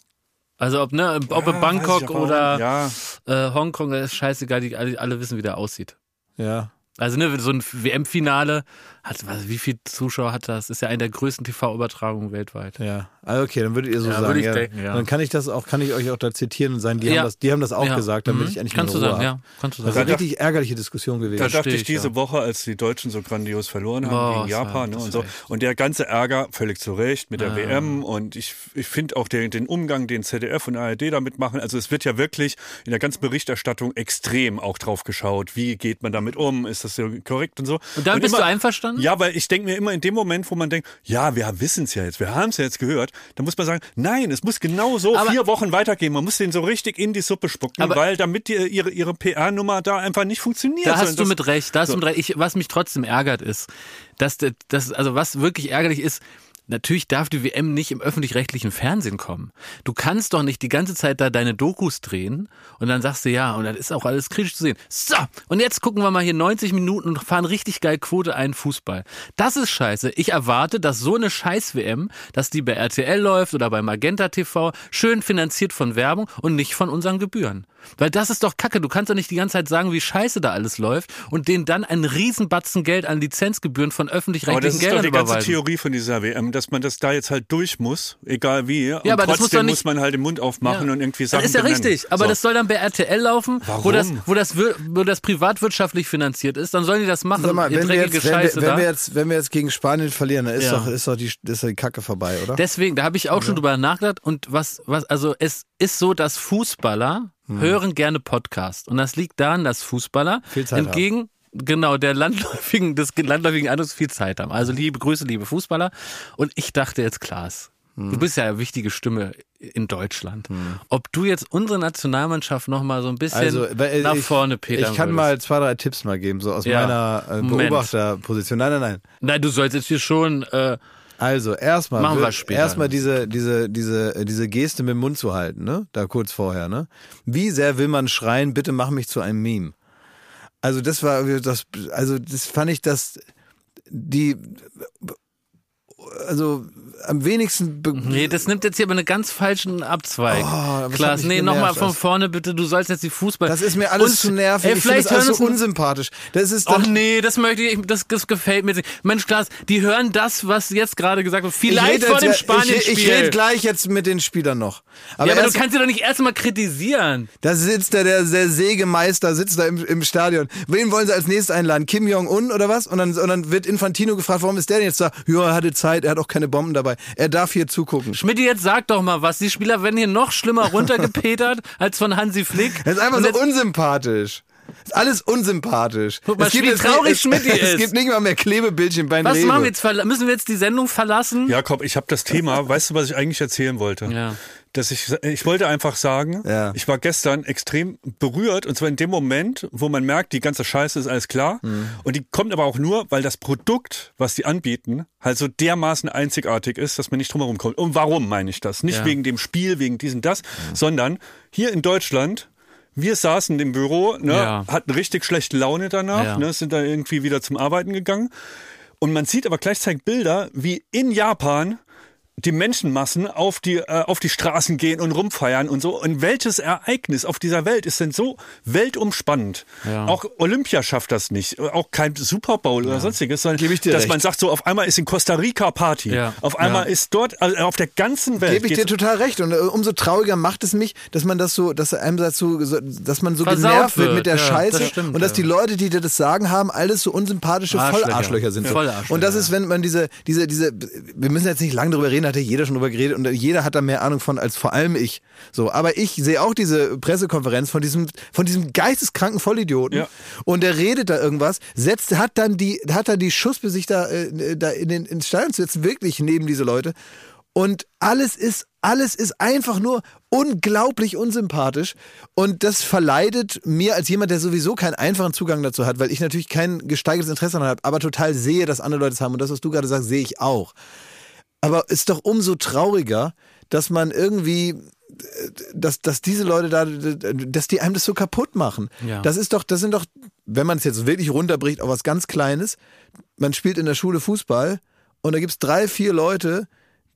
Also ob, ne, Ja, ob in Ah, weiß ich Bangkok aber auch. oder Ja, äh, Hongkong, das ist scheißegal, die, alle, alle wissen, wie der aussieht. Ja. Also ne, so ein WM-Finale hat, was, wie viel Zuschauer hat das? Ist ja eine der größten TV-Übertragungen weltweit. Ja, ah, okay, dann würdet ihr so Ja, sagen. würde ich ja. denken, ja. Dann kann ich das auch, kann ich euch auch da zitieren und sagen, die, Ja. haben, das, die haben das auch ja. gesagt, damit Mhm. ich eigentlich Kannst du meine Ruhe sagen, hab. ja. Kannst du Das ist sagen. eine richtig ärgerliche Diskussion Da gewesen. dachte ich ich, ja. diese Woche, als die Deutschen so grandios verloren haben Boah, gegen das war- Japan ne, das und war so. echt Ah. Und der ganze Ärger, völlig zu Recht, mit der WM. Und ich, ich finde auch den, den Umgang, den ZDF und ARD damit machen. Also es wird ja wirklich in der ganzen Berichterstattung extrem auch drauf geschaut. Wie geht man damit um? Ist das so korrekt und so? Und dann bist immer, du einverstanden? an? Ja, weil ich denke mir immer in dem Moment, wo man denkt, ja, wir wissen es ja jetzt, wir haben es ja jetzt gehört, dann muss man sagen, nein, es muss genau so Aber- vier Wochen weitergehen. Man muss den so richtig in die Suppe spucken, Aber- weil damit die, ihre, ihre PR-Nummer da einfach nicht funktioniert. Da sondern hast du das- mit recht, da hast du mit recht. Ich, was mich trotzdem ärgert ist, dass, der- dass, also was wirklich ärgerlich ist, natürlich darf die WM nicht im öffentlich-rechtlichen Fernsehen kommen. Du kannst doch nicht die ganze Zeit da deine Dokus drehen und dann sagst du ja, und dann ist auch alles kritisch zu sehen. So, und jetzt gucken wir mal hier 90 Minuten und fahren richtig geil Quote ein Fußball. Das ist scheiße. Ich erwarte, dass so eine Scheiß-WM, dass die bei RTL läuft oder bei Magenta TV, schön finanziert von Werbung und nicht von unseren Gebühren. Weil das ist doch Kacke. Du kannst doch nicht die ganze Zeit sagen, wie scheiße da alles läuft und denen dann einen Riesenbatzen Geld an Lizenzgebühren von Aber das öffentlich-rechtlichen ist doch Geldern die ganze überweisen. Theorie von dieser WM, dass man das da jetzt halt durch muss, egal wie. Und aber das muss doch trotzdem nicht- muss, man halt den Mund aufmachen und irgendwie Sachen das ist ja benennen. richtig, aber So. das soll dann bei RTL laufen, wo Warum? das, wo, das, wir- wo das privatwirtschaftlich finanziert ist, dann sollen die das machen. Sag mal, ihr wenn wir, dreckige jetzt, wenn, wir, Scheiße wenn, da. wir jetzt, wenn wir jetzt gegen Spanien verlieren, dann ist, Ja. doch, ist, doch die, ist doch die Kacke vorbei, oder? Deswegen, da habe ich auch schon drüber nachgedacht und was, was, also es ist so, dass Fußballer Mhm. hören gerne Podcast und das liegt daran, dass Fußballer Viel Zeit entgegen Genau, der landläufigen, des landläufigen Eindrucks viel Zeit haben. Also liebe Grüße, liebe Fußballer. Und ich dachte jetzt, Klaas, Mhm. du bist ja eine wichtige Stimme in Deutschland. Ob du jetzt unsere Nationalmannschaft nochmal so ein bisschen weil, äh, nach ich, vorne petern Ich kann würdest? mal zwei, drei Tipps mal geben, so aus Ja. meiner äh, Moment. Beobachterposition. Nein, nein, nein. Nein, du sollst jetzt hier schon, äh, Also erstmal Machen wir wir- später. erstmal diese diese diese äh, diese Geste mit dem Mund zu halten, ne? Da kurz vorher, ne? Wie sehr will man schreien, bitte mach mich zu einem Meme. Also das war das also das fand ich das die also am wenigsten be- nee, das nimmt jetzt hier aber einen ganz falschen Abzweig. aber es Oh, hat Klaas, mich nee, nochmal genervt, von das- vorne bitte, du sollst jetzt die Fußball. das ist mir alles Uns- zu nervig. Ey, ich finde vielleicht das alles hören so uns unsympathisch. Das ist Och doch- nee, das möchte ich, das, das gefällt mir nicht. Mensch, Klaas, die hören das, was jetzt gerade gesagt wird. Vielleicht ich rede vor dem jetzt- Spanien-Spiel. Ich, ich rede gleich jetzt mit den Spielern noch. ja, aber du erst- kannst sie doch nicht erstmal kritisieren. Da sitzt da der, der Sägemeister, sitzt da im, im Stadion. Wen wollen sie als nächstes einladen? Kim Jong-un oder was? Und dann, und dann wird Infantino gefragt, warum ist der denn jetzt da? Ja, er hatte Zeit, er hat auch keine Bomben dabei. Er darf hier zugucken. Schmidt, jetzt sag doch mal was. Die Spieler werden hier noch schlimmer runtergepetert als von Hansi Flick. Das ist einfach Und so jetzt- unsympathisch. Ist alles unsympathisch. Guck mal, wie jetzt traurig nicht- Schmidti es, ist. Es gibt nicht mal mehr Klebebildchen bei was Rewe. machen wir jetzt? Verla- Müssen wir jetzt die Sendung verlassen? Jakob, ich habe das Thema, weißt du, was ich eigentlich erzählen wollte? Ja. Dass ich, ich wollte einfach sagen, Ja. ich war gestern extrem berührt und zwar in dem Moment, wo man merkt, die ganze Scheiße ist alles klar und die kommt aber auch nur, weil das Produkt, was die anbieten, halt so dermaßen einzigartig ist, dass man nicht drumherum kommt. Und warum meine ich das? Nicht Ja. wegen dem Spiel, wegen diesem, das, sondern hier in Deutschland, wir saßen im Büro, ne, Ja. hatten richtig schlechte Laune danach, Ja. ne, sind da irgendwie wieder zum Arbeiten gegangen. Und man sieht aber gleichzeitig Bilder, wie in Japan die Menschenmassen auf die, äh, auf die Straßen gehen und rumfeiern und so. Und welches Ereignis auf dieser Welt ist denn so weltumspannend? Ja. Auch Olympia schafft das nicht. Auch kein Super Bowl oder sonstiges, sondern Geb ich dir dass recht. man sagt, so auf einmal ist in Costa Rica Party. Ja. Auf einmal Ja. ist dort, also auf der ganzen Welt. Gebe ich dir geht's- total recht. Und äh, umso trauriger macht es mich, dass man das so, dass einem das so, so- dass man so Versaut genervt wird wird, mit der ja, Scheiße das stimmt, und dass ja. die Leute, die dir das sagen haben, alles so unsympathische Arschlöcher. Vollarschlöcher sind. Ja. So. Vollarschlöcher, und das ja. ist, wenn man diese, diese, diese, wir müssen jetzt nicht lange drüber reden, hat ja jeder schon drüber geredet und jeder hat da mehr Ahnung von als vor allem ich. So, aber ich sehe auch diese Pressekonferenz von diesem, von diesem geisteskranken Vollidioten Ja. und der redet da irgendwas, setzt, hat dann die, hat dann die Schussbesicht da, äh, da in den, ins Stadion zu setzen, wirklich neben diese Leute. Und alles ist, alles ist einfach nur unglaublich unsympathisch. Und das verleidet mir als jemand, der sowieso keinen einfachen Zugang dazu hat, weil ich natürlich kein gesteigertes Interesse daran habe, aber total sehe, dass andere Leute es haben. Und das, was du gerade sagst, sehe ich auch. Aber ist doch umso trauriger, dass man irgendwie, äh, dass, dass diese Leute da, dass die einem das so kaputt machen. Ja. Das ist doch, das sind doch, wenn man es jetzt wirklich runterbricht, auf was ganz Kleines. Man spielt in der Schule Fußball und da gibt es drei, vier Leute,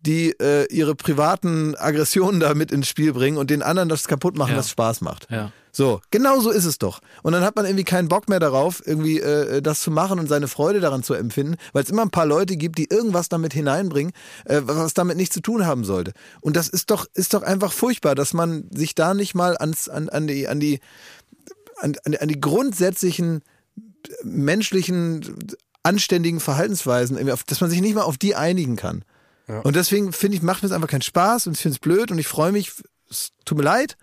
die äh, ihre privaten Aggressionen da mit ins Spiel bringen und den anderen das kaputt machen, Ja. was Spaß macht. Ja. So, genau so ist es doch. Und dann hat man irgendwie keinen Bock mehr darauf, irgendwie äh, das zu machen und seine Freude daran zu empfinden, weil es immer ein paar Leute gibt, die irgendwas damit hineinbringen, äh, was damit nichts zu tun haben sollte. Und das ist doch, ist doch einfach furchtbar, dass man sich da nicht mal ans, an, an die, an die, an, an, an die grundsätzlichen äh, menschlichen, anständigen Verhaltensweisen, irgendwie auf, dass man sich nicht mal auf die einigen kann. Und deswegen finde ich, macht mir es einfach keinen Spaß und ich finde es blöd und ich freue mich, es tut mir leid,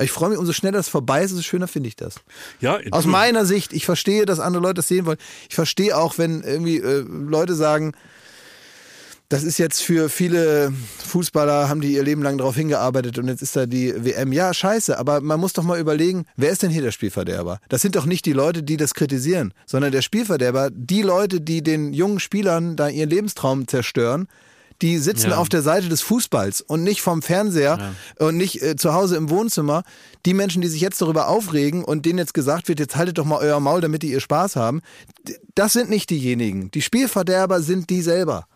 Ich freue mich, umso schneller es vorbei ist, umso schöner finde ich das. Ja, Aus du, meiner Sicht, ich verstehe, dass andere Leute das sehen wollen. Ich verstehe auch, wenn irgendwie äh, Leute sagen, das ist jetzt für viele Fußballer, haben die ihr Leben lang drauf hingearbeitet und jetzt ist da die WM. Ja, scheiße, aber man muss doch mal überlegen, wer ist denn hier der Spielverderber? Das sind doch nicht die Leute, die das kritisieren, sondern der Spielverderber, die Leute, die den jungen Spielern da ihren Lebenstraum zerstören, die sitzen auf der Seite des Fußballs und nicht vom Fernseher und nicht äh, zu Hause im Wohnzimmer. Die Menschen, die sich jetzt darüber aufregen und denen jetzt gesagt wird, jetzt haltet doch mal euer Maul, damit die ihr Spaß haben, d- das sind nicht diejenigen. Die Spielverderber sind die selber.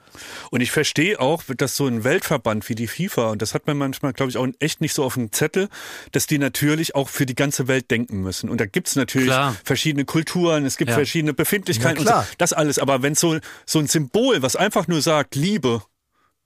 Und ich verstehe auch, dass so ein Weltverband wie die FIFA, und das hat man manchmal, glaube ich, auch echt nicht so auf dem Zettel, dass die natürlich auch für die ganze Welt denken müssen. Und da gibt's natürlich Klar. verschiedene Kulturen, es gibt Ja. verschiedene Ja, Befindlichkeiten, klar. Und so, das alles. Aber wenn so, so ein Symbol, was einfach nur sagt, Liebe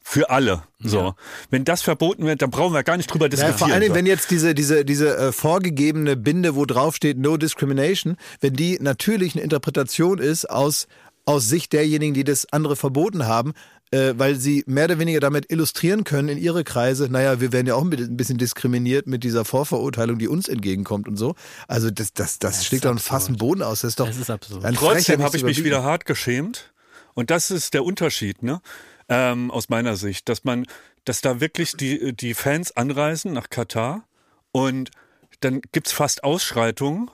für alle, so, wenn das verboten wird, dann brauchen wir gar nicht drüber Ja, diskutieren. vor allen Dingen, so. wenn jetzt diese, diese, diese äh, vorgegebene Binde, wo drauf steht No Discrimination, wenn die natürlich eine Interpretation ist aus, aus Sicht derjenigen, die das andere verboten haben, äh, weil sie mehr oder weniger damit illustrieren können in ihre Kreise, naja, wir werden ja auch ein bi- ein bisschen diskriminiert mit dieser Vorverurteilung, die uns entgegenkommt und so. Also das, das, das, schlägt doch einen fassen Boden aus. Das ist doch Das ist absurd. eine Frechheit, Trotzdem nicht habe ich zu mich überbieten. wieder hart geschämt. Und das ist der Unterschied, ne? Ähm, aus meiner Sicht, dass man, dass da wirklich die, die Fans anreisen nach Katar und dann gibt's fast Ausschreitungen,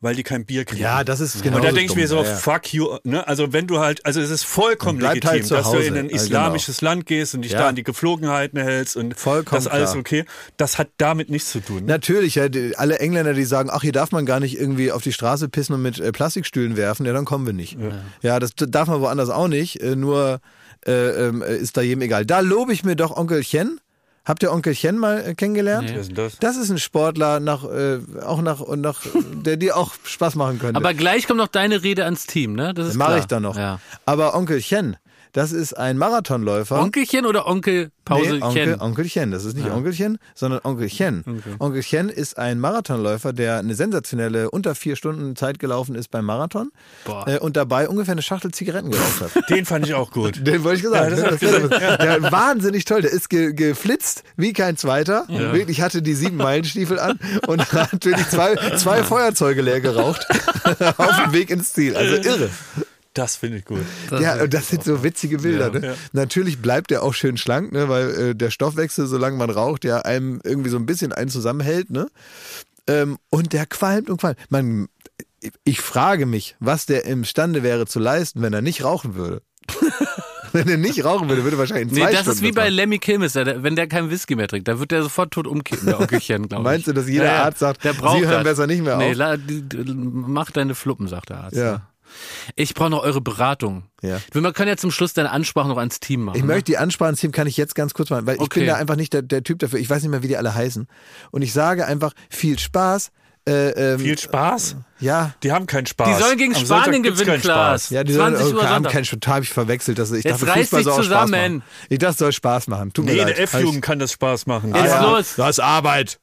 weil die kein Bier kriegen. Ja, das ist genau. und da denke ich mir so, fuck you, ne? Also wenn du halt, also es ist vollkommen Dann bleib legitim, halt zu dass du Hause. in ein Ja, genau. islamisches Land gehst und dich Ja. da an die Geflogenheiten hältst und Vollkommen das alles klar. okay. Das hat damit nichts zu tun. Ne? Natürlich, ja, die, alle Engländer, die sagen, ach, hier darf man gar nicht irgendwie auf die Straße pissen und mit äh, Plastikstühlen werfen, ja, dann kommen wir nicht. Ja, das d- darf man woanders auch nicht, äh, nur äh, ähm, äh, ist da jedem egal. Da lobe ich mir doch Onkelchen. Habt ihr Onkelchen mal äh, kennengelernt? Wer ist denn das? Das ist ein Sportler, nach, äh, auch nach, und nach, der dir auch Spaß machen könnte. Aber gleich kommt noch deine Rede ans Team, ne? Das ist Mache klar. ich dann noch. Ja. Aber Onkelchen, das ist ein Marathonläufer. Onkelchen oder Onkel Pause Nee, Onkel, Onkelchen, das ist nicht Onkelchen, sondern Onkelchen. Onkelchen ist ein Marathonläufer, der eine sensationelle unter vier Stunden Zeit gelaufen ist beim Marathon Boah. äh, und dabei ungefähr eine Schachtel Zigaretten geraucht hat. Den fand ich auch gut. Den wollte ich gesagt. Ja, das ne? der wahnsinnig toll. Der ist ge geflitzt wie kein zweiter. Wirklich hatte die sieben Meilenstiefel an und hat natürlich zwei, zwei Feuerzeuge leer geraucht auf dem Weg ins Ziel. Also irre. Das finde ich gut. Ja, und das sind so witzige Bilder. ne? Natürlich bleibt er auch schön schlank, ne? weil äh, der Stoffwechsel, solange man raucht, ja einem irgendwie so ein bisschen einen zusammenhält. Ne? Ähm, und der qualmt und qualmt. Man, ich frage mich, was der imstande wäre zu leisten, wenn er nicht rauchen würde. wenn er nicht rauchen würde, würde er wahrscheinlich in Nee, zwei das Stunden ist wie bei machen. Lemmy Kilmister. der- Wenn der keinen Whisky mehr trinkt, da wird der sofort tot umkippen, der Onkelchen, glaube ich. Meinst du, dass jeder Arzt sagt, der braucht Sie hören das. besser nicht mehr Nee, auf? la, die, die, mach deine Fluppen, sagt der Arzt. Ja. Ich brauche noch eure Beratung. Ja. Wir können ja zum Schluss deine Ansprache noch ans Team machen. Ich ne? möchte die Ansprache ans Team kann ich jetzt ganz kurz machen, weil ich Okay. bin da einfach nicht der, der Typ dafür. Ich weiß nicht mehr, wie die alle heißen. Und ich sage einfach viel Spaß. Äh, ähm, Viel Spaß. ja, Die haben keinen Spaß. Die sollen gegen Am Sonntag Spanien gibt's gewinnen, keinen Klaas. Spaß. Ja, die 20 sollen, Uhr oh, haben Sonntag. kein Total, hab ich verwechselt. Das, ich Jetzt dachte, reiß Fußball dich soll auch Spaß zusammen. machen. Ich dachte, es soll Spaß machen. Tut mir Nee, leid. eine F-Jugend kann das Spaß machen. Ah, Jetzt Ja, los. Das ist Arbeit.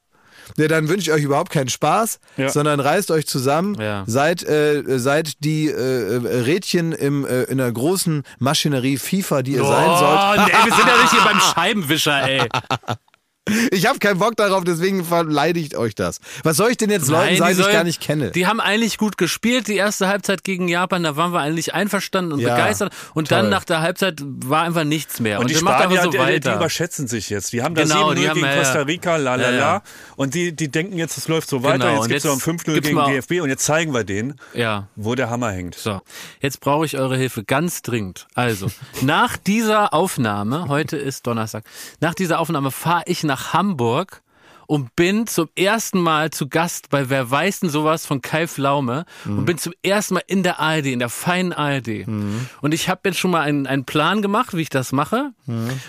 Ja, dann wünsche ich euch überhaupt keinen Spaß, Ja. sondern reißt euch zusammen, Ja. seid, äh, seid die äh, äh, Rädchen im, äh, in der großen Maschinerie FIFA, die ihr sein sollt. Oh, nee, wir sind ja nicht hier beim Scheibenwischer, ey. Ich habe keinen Bock darauf, deswegen verleidigt euch das. Was soll ich denn jetzt Leuten Nein, sagen, die ich sollen- gar nicht kenne? Die haben eigentlich gut gespielt, die erste Halbzeit gegen Japan, da waren wir eigentlich einverstanden und Ja, begeistert. Und dann toll. nach der Halbzeit war einfach nichts mehr. Und, Und die das macht Spanier, einfach so die, die weiter. überschätzen sich jetzt. Die haben da Genau, 7-0 die haben- gegen ja, ja. Costa Rica, la la Ja, ja. la. Und die, die denken jetzt, es läuft so weiter. Genau, Jetzt und gibt's jetzt noch ein 5-0 gibt's gegen mal- DFB und jetzt zeigen wir denen, ja. wo der Hammer hängt. So, jetzt brauche ich eure Hilfe ganz dringend. Also, nach dieser Aufnahme, heute ist Donnerstag, nach dieser Aufnahme fahre ich nach Hamburg und bin zum ersten Mal zu Gast bei Wer weiß denn sowas von Kai Flaume und bin zum ersten Mal in der ARD, in der feinen ARD. Und ich habe jetzt schon mal einen, einen Plan gemacht, wie ich das mache.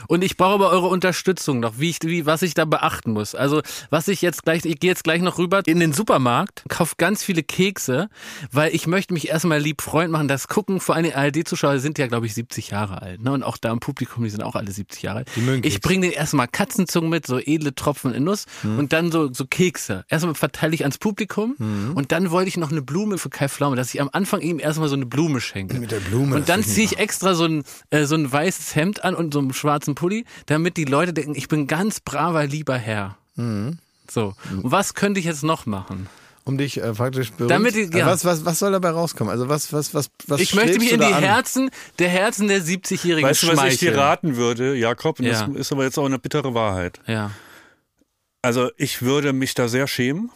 Und ich brauche aber eure Unterstützung noch, wie ich, wie, was ich da beachten muss. Also, was ich jetzt gleich, ich gehe jetzt gleich noch rüber in den Supermarkt, kaufe ganz viele Kekse, weil ich möchte mich erstmal lieb Freund machen. Das gucken vor allem ARD-Zuschauer sind ja, glaube ich, 70 Jahre alt. Ne? Und auch da im Publikum, die sind auch alle 70 Jahre alt. mögen Ich bringe denen erstmal Katzenzungen mit, so edle Tropfen in Nuss Mhm. und dann so, so Kekse. Erstmal verteile ich ans Publikum Mhm. und dann wollte ich noch eine Blume für Kai Pflaume, dass ich am Anfang ihm erstmal so eine Blume schenke. Mit der Blume, Und dann das ist ziehe ich extra so ein, äh, so ein weißes Mhm. Hemd an und so einen schwarzen Pulli, damit die Leute denken, ich bin ganz braver, lieber Herr. So. Und was könnte ich jetzt noch machen? Um dich äh, praktisch berühmt. Damit die- ja. was, was, was soll dabei rauskommen? Also was, was, was, was Ich möchte strebst mich du in die da an? Herzen der Herzen der 70-Jährigen Weißt du, was ich dir schmeicheln. raten würde, Jakob? Und Ja. Das ist aber jetzt auch eine bittere Wahrheit. Ja. Also ich würde mich da sehr schämen,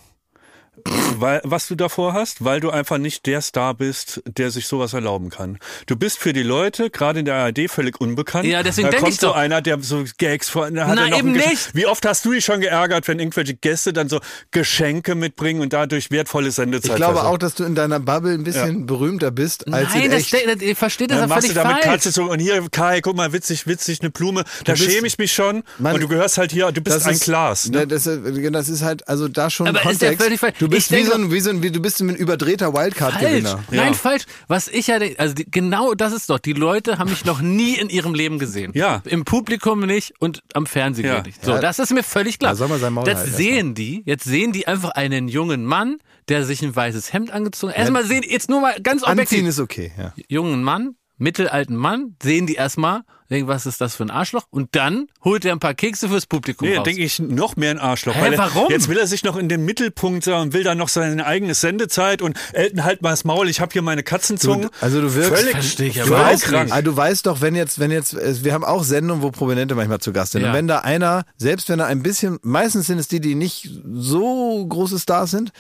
weil, was du davor hast, weil du einfach nicht der Star bist, der sich sowas erlauben kann. Du bist für die Leute, gerade in der ARD, völlig unbekannt. Ja, deswegen Da denk kommt ich so doch. einer, der so Gags vor... Da hat Na, er noch ein eben Geschen- nicht. Wie oft hast du dich schon geärgert, wenn irgendwelche Gäste dann so Geschenke mitbringen und dadurch wertvolle Sendezeit Ich glaube versauen? auch, dass du in deiner Bubble ein bisschen berühmter bist als Nein, in das, echt. das, ihr versteht das Dann ja machst du Also völlig damit falsch. Katze so und hier Kai, guck mal, witzig, witzig, eine Blume. Da bist- schäme ich mich schon. Mann, und du gehörst halt hier, du bist ein ist- Glas. Ne? Ja, das, ist- das ist halt, also da schon Aber ist Kontext. ja völlig falsch. du bist Ich Halt! wie so, denke- ein, wie so ein, wie, du bist ein überdrehter Falsch. Wildcard-Gewinner. Nein, Ja. falsch. Was ich ja, denk- also die, genau das ist doch. Die Leute haben mich noch nie in ihrem Leben gesehen. Ja. Im Publikum nicht und am Fernsehen Ja. nicht. So, Ja. das ist mir völlig klar. Da soll man sein Maul das halten sehen die. Jetzt sehen die einfach einen jungen Mann, der sich ein weißes Hemd angezogen hat. Erstmal sehen, jetzt nur mal ganz Anziehen objektiv. ist okay, ja. Jungen Mann, mittelalten Mann, sehen die erstmal, denken, was ist das für ein Arschloch? Und dann holt er ein paar Kekse fürs Publikum Nee, raus. denke ich noch mehr ein Arschloch. Hä, weil er- warum? Jetzt will er sich noch in den Mittelpunkt sagen und will dann noch seine eigene Sendezeit und Elton halt mal das Maul, ich habe hier meine Katzenzunge. Du- also du wirkst- völlig Versteh ich aber völlig überhaupt krank. Ah, du weißt doch, wenn jetzt, wenn jetzt, äh, wir haben auch Sendungen, wo Prominente manchmal zu Gast sind. Ja. Und wenn da einer, selbst wenn er ein bisschen, meistens sind es die, die nicht so große Stars sind,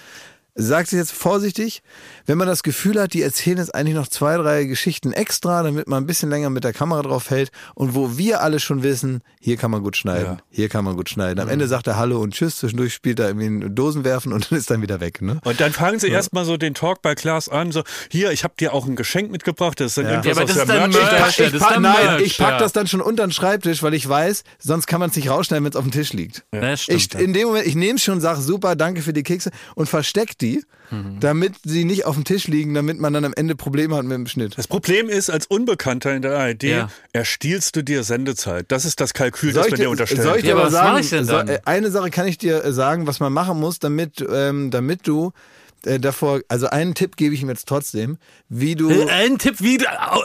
sagt sie jetzt vorsichtig, wenn man das Gefühl hat, die erzählen jetzt eigentlich noch zwei, drei Geschichten extra, damit man ein bisschen länger mit der Kamera drauf hält und wo wir alle schon wissen, hier kann man gut schneiden, Ja. hier kann man gut schneiden. Am Ende sagt er Hallo und Tschüss, zwischendurch spielt er irgendwie einen Dosen werfen und dann ist dann wieder weg, ne? Und dann fangen sie erst erstmal so den Talk bei Klaas an, so, hier, ich habe dir auch ein Geschenk mitgebracht, das ist dann Ja. irgendwas Ja, aber aus das der ist dann Merch- Merch. Ich Ja, das ist pack, dann nein, Merch, ich pack ja. das dann schon unterm Schreibtisch, weil ich weiß, sonst kann man es nicht rausschneiden, wenn es auf dem Tisch liegt. Ja, Ne, stimmt. ich, in dem Moment, ich nehme schon, sag super, danke für die Kekse und versteck die, Mhm. damit sie nicht auf dem Tisch liegen, damit man dann am Ende Probleme hat mit dem Schnitt. Das Problem ist, als Unbekannter in der ARD Ja. erstiehlst du dir Sendezeit. Das ist das Kalkül, das ich man dir- dir unterstellt. soll ich dir Ja, aber aber was sagen, mach ich denn so- dann? äh, eine Sache kann ich dir äh, sagen, was man machen muss, damit, ähm, damit du äh, davor, also einen Tipp gebe ich ihm jetzt trotzdem, wie du, Äh, Einen Tipp wieder, au-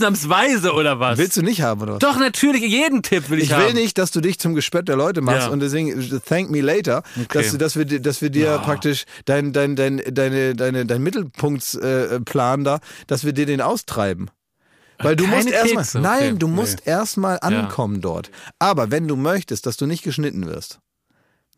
ausnahmsweise oder was? willst du nicht haben oder was? Doch, natürlich, jeden Tipp will ich, Ich haben. will nicht, dass du dich zum Gespött der Leute machst Ja. und deswegen thank me later, dass, du, dass, wir, dir- dass wir dir praktisch dein, dein, dein, deine, deine, dein Mittelpunktsplan äh, Plan da, dass wir dir den austreiben. Weil du Keine musst erstmal, Kekse, okay. nein, du musst erstmal ankommen dort. Aber wenn du möchtest, dass du nicht geschnitten wirst,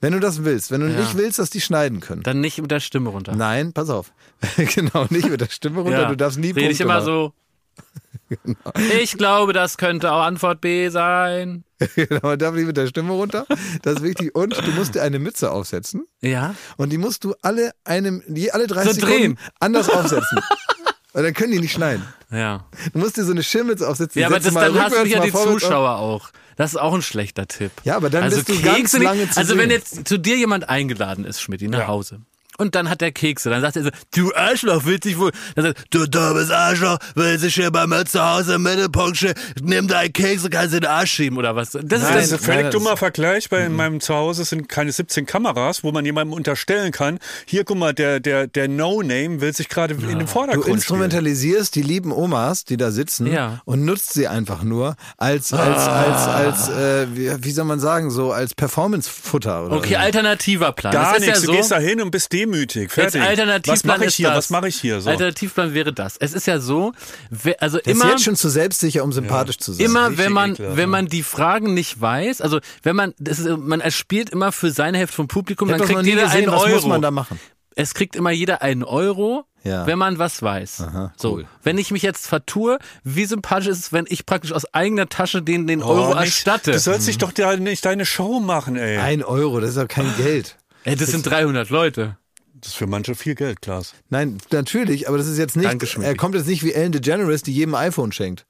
wenn du das willst, wenn du Ja. nicht willst, dass die schneiden können. Dann nicht mit der Stimme runter. Nein, pass auf. genau, nicht mit der Stimme runter, du darfst nie Genau. Rede ich Punkte immer machen. so. Ich glaube, das könnte auch Antwort B sein. Genau, man darf nicht mit der Stimme runter. Das ist wichtig. Und du musst dir eine Mütze aufsetzen. Ja. Und die musst du alle einem, je alle 30 So Sekunden drehen. anders aufsetzen. Und dann können die nicht schneiden. Ja. Du musst dir so eine Schirmmütze aufsetzen. Ja, aber setzt das, mal dann hast du rückwärts, ja mal die vorwärts auf. Zuschauer auch. Das ist auch ein schlechter Tipp. Ja, aber dann also bist du Kekse ganz nicht, lange zu Also wenn sehen. jetzt zu dir jemand eingeladen ist, Schmidt, nach Ja. Hause. Und dann hat er Kekse. Dann sagt er so, du Arschloch, willst dich wohl. Dann sagt er, du dummes Arschloch, willst dich hier bei mir zu Hause im Mittelpunkt stehen, nimm deinen Keks und kannst in den Arsch schieben oder was. Das Das ist ist ein das, nein, Mhm. völlig das- dummer Vergleich, weil in meinem Zuhause sind keine 17 Kameras, wo man jemandem unterstellen kann, hier guck mal, der, der, der No-Name will sich gerade in den Du Vordergrund spielen. instrumentalisierst die lieben Omas, die da sitzen, Ja. Ah. und nutzt sie einfach nur als, als, als, als, äh, wie, wie soll man sagen, so als Performance-Futter oder okay, also so. alternativer Plan. Gar das ist nichts, ja so, du gehst da hin und bist demütig. Jetzt Fertig. Alternativplan was mache ich ist hier? Das. Was mache ich hier? So. Alternativplan wäre das. Es ist ja so, we- also Das ist immer, jetzt schon zu selbstsicher, um sympathisch zu sein. immer richtig wenn man, ekelhaft, wenn man die Fragen nicht weiß, also wenn man, das ist, man erspielt immer für seine Hälfte vom Publikum, ich hab dann das noch kriegt nie jeder gesehen, einen was Euro. muss man da machen? es kriegt immer jeder einen Euro, Ja. wenn man was weiß. so, cool. wenn ich mich jetzt vertue, wie sympathisch ist es, wenn ich praktisch aus eigener Tasche den, den Euro Oh, nicht- erstatte? Du sollst Mhm. dich doch da nicht deine Show machen, ey. Ein Euro, das ist doch kein Geld. Ey, das sind 300 Leute. Das ist für manche viel Geld, Klaas. Nein, natürlich, aber das ist jetzt nicht. Danke, Schmidti. er kommt jetzt nicht wie Ellen DeGeneres, die jedem ein iPhone schenkt.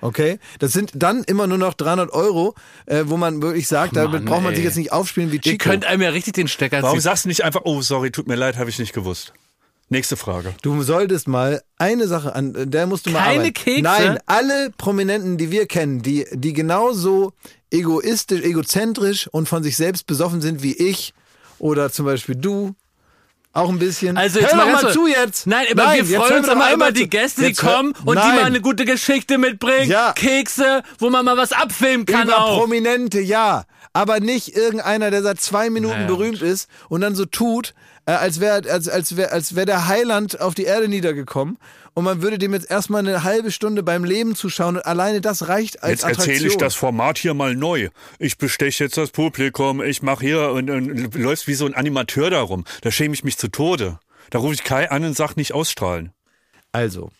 Okay? Das sind dann immer nur noch 300 Euro, äh, wo man wirklich sagt, damit Mann, braucht man ey. sich jetzt nicht aufspielen wie Ihr Chico. könnt einem ja richtig den Stecker Warum ziehen. sagst du nicht einfach, oh, sorry, tut mir leid, habe ich nicht gewusst. Nächste Frage. Du solltest mal eine Sache an, äh, der musst du mal Keine arbeiten. Kekse? Nein, alle Prominenten, die wir kennen, die, die genauso egoistisch, egozentrisch und von sich selbst besoffen sind wie ich oder zum Beispiel du Auch ein bisschen. Also jetzt Hör mal, doch ganz mal so- zu jetzt. Nein, aber Nein, jetzt wir hör freuen uns doch immer einmal über zu. die Gäste, die Jetzt hör- kommen und die Nein. mal eine gute Geschichte mitbringen. Ja. Kekse, wo man mal was abfilmen kann Über auch. Prominente, ja. Aber nicht irgendeiner, der seit zwei Minuten Naja, berühmt ist und dann so tut, äh, als wäre als, als wär, als wär der Heiland auf die Erde niedergekommen und man würde dem jetzt erstmal eine halbe Stunde beim Leben zuschauen und alleine das reicht als Jetzt erzähle ich Attraktion. das Format hier mal neu. Ich besteche jetzt das Publikum, ich mache hier und, und läufst wie so ein Animateur darum. Da schäme ich mich zu Tode. Da rufe ich Kai an und sag nicht ausstrahlen. Also,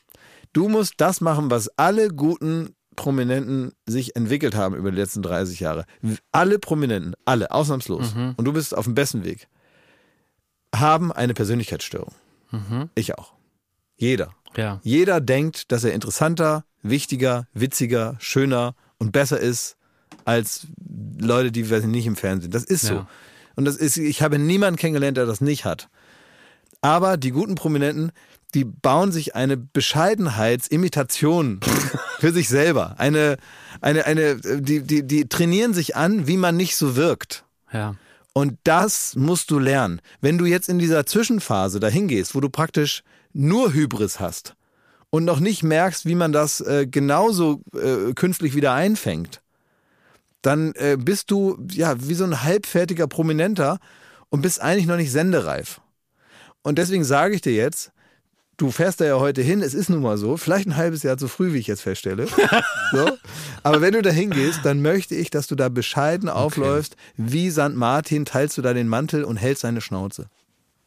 du musst das machen, was alle guten Prominenten sich entwickelt haben über die letzten 30 Jahre. Alle Prominenten, alle, ausnahmslos. Und du bist auf dem besten Weg. Haben eine Persönlichkeitsstörung. Ich auch. Jeder. Ja. Jeder denkt, dass er interessanter, wichtiger, witziger, schöner und besser ist als Leute, die weiß ich, nicht im Fernsehen. Das ist so. Ja. Und das ist, ich habe niemanden kennengelernt, der das nicht hat. Aber die guten Prominenten, die bauen sich eine Bescheidenheitsimitation für sich selber. Eine, eine, eine, die, die, die trainieren sich an, wie man nicht so wirkt. Ja. Und das musst du lernen. Wenn du jetzt in dieser Zwischenphase dahin gehst, wo du praktisch nur Hybris hast und noch nicht merkst, wie man das äh, genauso äh, künstlich wieder einfängt, dann äh, bist du ja wie so ein halbfertiger Prominenter und bist eigentlich noch nicht sendereif. Und deswegen sage ich dir jetzt, du fährst da ja heute hin, es ist nun mal so, vielleicht ein halbes Jahr zu früh, wie ich jetzt feststelle. so. Aber wenn du da hingehst, dann möchte ich, dass du da bescheiden aufläufst, wie St. Martin, teilst du da den Mantel und hältst seine Schnauze.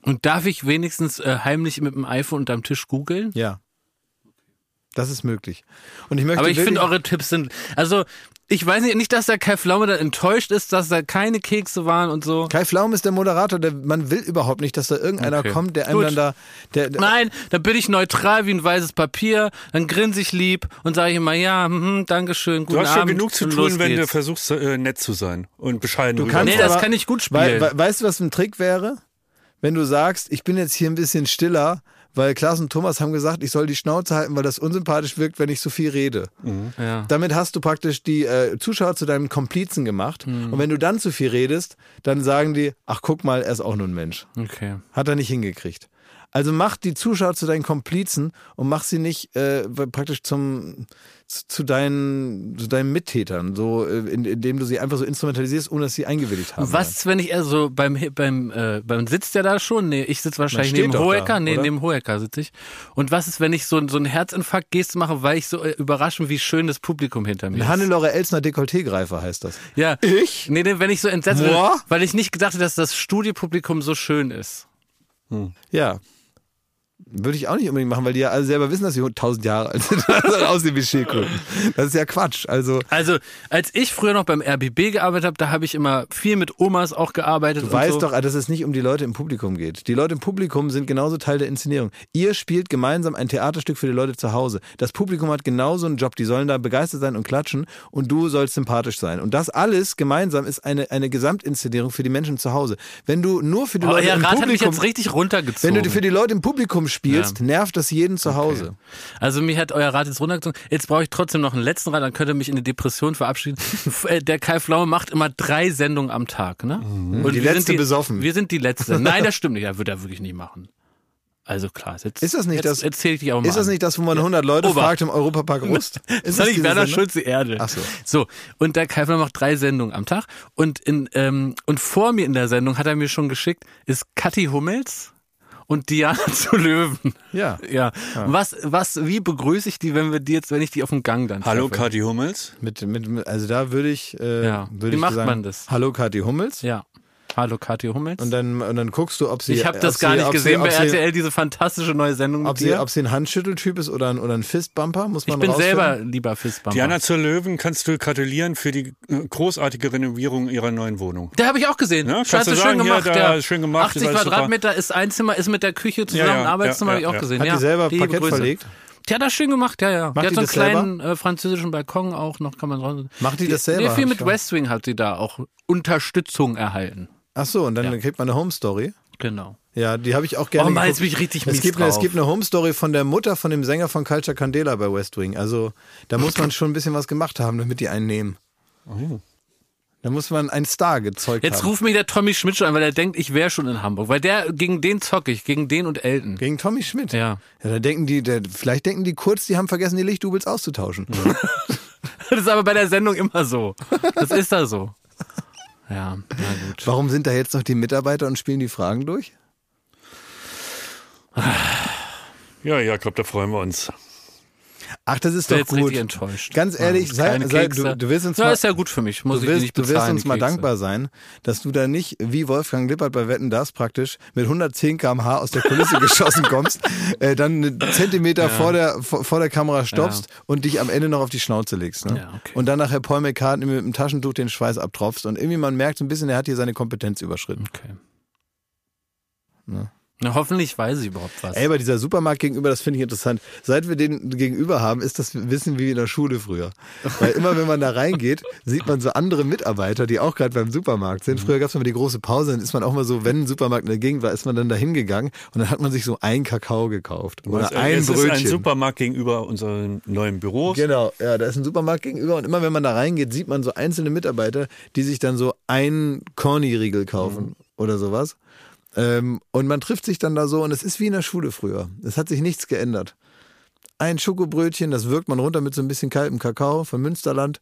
Und darf ich wenigstens äh, heimlich mit dem iPhone unterm Tisch googeln? Ja. Das ist möglich. Und ich möchte Aber ich wirklich- finde, eure Tipps sind. Also, ich weiß nicht, nicht, dass der Kai Pflaume dann enttäuscht ist, dass da keine Kekse waren und so. Kai Flaum ist der Moderator, der, man will überhaupt nicht, dass da irgendeiner Okay. kommt, der einem Gut. dann da. Der, der, Nein, dann bin ich neutral wie ein weißes Papier, dann grinse ich lieb und sage immer, ja, mhm, Dankeschön, Du guten Abend. hast ja genug zu und tun, los wenn du geht's. versuchst, äh, nett zu sein und bescheiden Du rüber- kannst Nee, das aber- kann ich gut Wei- spielen. wei- weißt du, was ein Trick wäre? Wenn du sagst, ich bin jetzt hier ein bisschen stiller, weil Klaas und Thomas haben gesagt, ich soll die Schnauze halten, weil das unsympathisch wirkt, wenn ich so viel rede. ja. Damit hast du praktisch die äh, Zuschauer zu deinem Komplizen gemacht. Hm. Und wenn du dann zu viel redest, dann sagen die, ach guck mal, er ist auch nur ein Mensch. Okay. Hat er nicht hingekriegt. Also mach die Zuschauer zu deinen Komplizen und mach sie nicht äh, praktisch zum zu, zu deinen zu deinen Mittätern, so äh, in, indem du sie einfach so instrumentalisierst, ohne dass sie eingewilligt haben. Was, wenn ich also beim beim äh, beim sitzt der da schon? Nee, ich sitze wahrscheinlich Man steht neben doch Hoeker. da, nee, oder? neben Hoeker sitze ich. Und was ist, wenn ich so, ein- so einen Herzinfarkt Geste mache, weil ich so äh, überraschend, wie schön das Publikum hinter mir Ein ist? Hannelore Elsner Dekolleté-Greifer heißt das. ja. Ich? Nee, nee, wenn ich so entsetzt bin, Boah. weil ich nicht gedacht hätte, dass das Studiopublikum so schön ist. Ja. Würde ich auch nicht unbedingt machen, weil die ja alle selber wissen, dass sie 1000 Jahre alt sind und aussehen wie Schildkröten. Das ist ja Quatsch. Also, Also, als ich früher noch beim RBB gearbeitet habe, da habe ich immer viel mit Omas auch gearbeitet. du und weißt so. doch, dass es nicht um die Leute im Publikum geht. Die Leute im Publikum sind genauso Teil der Inszenierung. Ihr spielt gemeinsam ein Theaterstück für die Leute zu Hause. Das Publikum hat genauso einen Job. Die sollen da begeistert sein und klatschen und du sollst sympathisch sein. Und das alles gemeinsam ist eine, eine Gesamtinszenierung für die Menschen zu Hause. Wenn du nur für die Oh, Leute ihr im Rat hat mich Publikum... jetzt richtig runtergezogen. Wenn du für die Leute im Publikum spielst, nervt das jeden zu Hause. Also mich hat euer Rat jetzt runtergezogen. Jetzt brauche ich trotzdem noch einen letzten Rat, dann könnt ihr mich in eine Depression verabschieden. F- äh, Der Kai Flaume macht immer drei Sendungen am Tag, ne? Und Mhm. Die wir letzte sind besoffen. Wir sind die letzte. Nein, das stimmt nicht. Er wird er wirklich nie machen. Also klar, jetzt Ist das nicht jetzt, das- Jetzt zähle ich dich auch mal. Ist das an. nicht das, wo man 100 Leute Ober. fragt im Europapark Rust? Ist Das ich diese Werner Sendung? Schulze Erde. Ach so. so, und der Kai Flaume macht drei Sendungen am Tag. Und, in, ähm, und vor mir in der Sendung hat er mir schon geschickt, ist Kathi Hummels und Diana zu Löwen. Ja. Ja. Was, was, wie begrüße ich die, wenn wir die jetzt, wenn ich die auf dem Gang dann Hallo, treffe? Kati Hummels. Mit, mit, mit, also da würde ich, äh, Ja. würde Wie ich macht sagen, man das? Hallo Kathi Hummels. Ja. Hallo, Kathi Hummels. Und dann, und dann guckst du, ob sie. ich habe ob das sie- gar nicht ob gesehen sie, bei ob sie, RTL, diese fantastische neue Sendung ob mit sie, dir. ob sie ein Handschütteltyp ist oder ein, oder ein Fistbumper, muss man ich bin rausfinden. selber lieber Fistbumper. Diana zur Löwen kannst du gratulieren für die äh, großartige Renovierung ihrer neuen Wohnung. Der habe ich auch gesehen. Ja, kannst Hast du du schön sagen, hier, gemacht. da ja. ist schön gemacht, ist 80 alles Quadratmeter ist ein Zimmer, ist mit der Küche zusammen, Ja, ja, Arbeitszimmer ja, habe ich auch ja. gesehen. Hat ja, die selber Parkett Begrüße. verlegt? Die hat das schön gemacht, ja, ja. Macht die hat die so einen das kleinen äh, französischen Balkon auch noch, kann man draußen. Macht die das selber? Sehr viel Hab mit ich Westwing hat sie da auch Unterstützung erhalten. Ach so, und dann kriegt man eine Home Story. Genau. Ja, die habe ich auch gerne. Oh Mann, geguckt. jetzt bin ich richtig es mies gibt, eine- Es drauf. gibt eine Home Story von der Mutter von dem Sänger von Culture Candela bei West Wing. Also da muss man schon ein bisschen was gemacht haben, damit die einen nehmen. Da muss man einen Star gezeugt Jetzt haben. ruft mich der Tommy Schmidt schon an, weil er denkt, ich wäre schon in Hamburg. Weil der, gegen den zocke ich, gegen den und Elton. Gegen Tommy Schmidt. Ja. ja da denken die, da, vielleicht denken die kurz, die haben vergessen, die Lichtdoubles auszutauschen. Das ist aber bei der Sendung immer so. Das ist da so. Ja, na gut. Warum sind da jetzt noch die Mitarbeiter und spielen die Fragen durch? Ja, Jakob, da freuen wir uns. Ach, das ist bin doch jetzt gut. richtig enttäuscht. Ganz ehrlich, sei, Keine sei, Kekse. du, du wirst uns ja, mal, ist ja gut für mich. Muss du ich die wirst, nicht du bezahlen. wirst uns die mal Kekse. dankbar sein, dass du da nicht wie Wolfgang Lippert bei Wetten das praktisch mit 110 km/h aus der Kulisse geschossen kommst, äh, dann einen Zentimeter vor, der, vor, vor der Kamera stoppst und dich am Ende noch auf die Schnauze legst. Ne? Ja, okay. Und dann nachher Paul McCartney mit dem Taschentuch den Schweiß abtropfst und irgendwie man merkt so ein bisschen, er hat hier seine Kompetenz überschritten. Okay. Na, hoffentlich weiß ich überhaupt was. Ne? Ey, bei dieser Supermarkt gegenüber, das finde ich interessant. Seit wir den gegenüber haben, ist das Wissen wie in der Schule früher. Weil immer, wenn man da reingeht, sieht man so andere Mitarbeiter, die auch gerade beim Supermarkt Mhm. sind. Früher gab es immer die große Pause, dann ist man auch mal so, wenn ein Supermarkt in der Gegend war, ist man dann da hingegangen und dann hat man sich so ein Kakao gekauft oder ein äh, es ist ein Brötchen. Supermarkt gegenüber unserem neuen Büro. Genau, ja, da ist ein Supermarkt gegenüber und immer wenn man da reingeht, sieht man so einzelne Mitarbeiter, die sich dann so einen Corny-Riegel kaufen oder sowas. Ähm, und man trifft sich dann da so und es ist wie in der Schule früher. Es hat sich nichts geändert. Ein Schokobrötchen, das wirkt man runter mit so ein bisschen kaltem Kakao von Münsterland.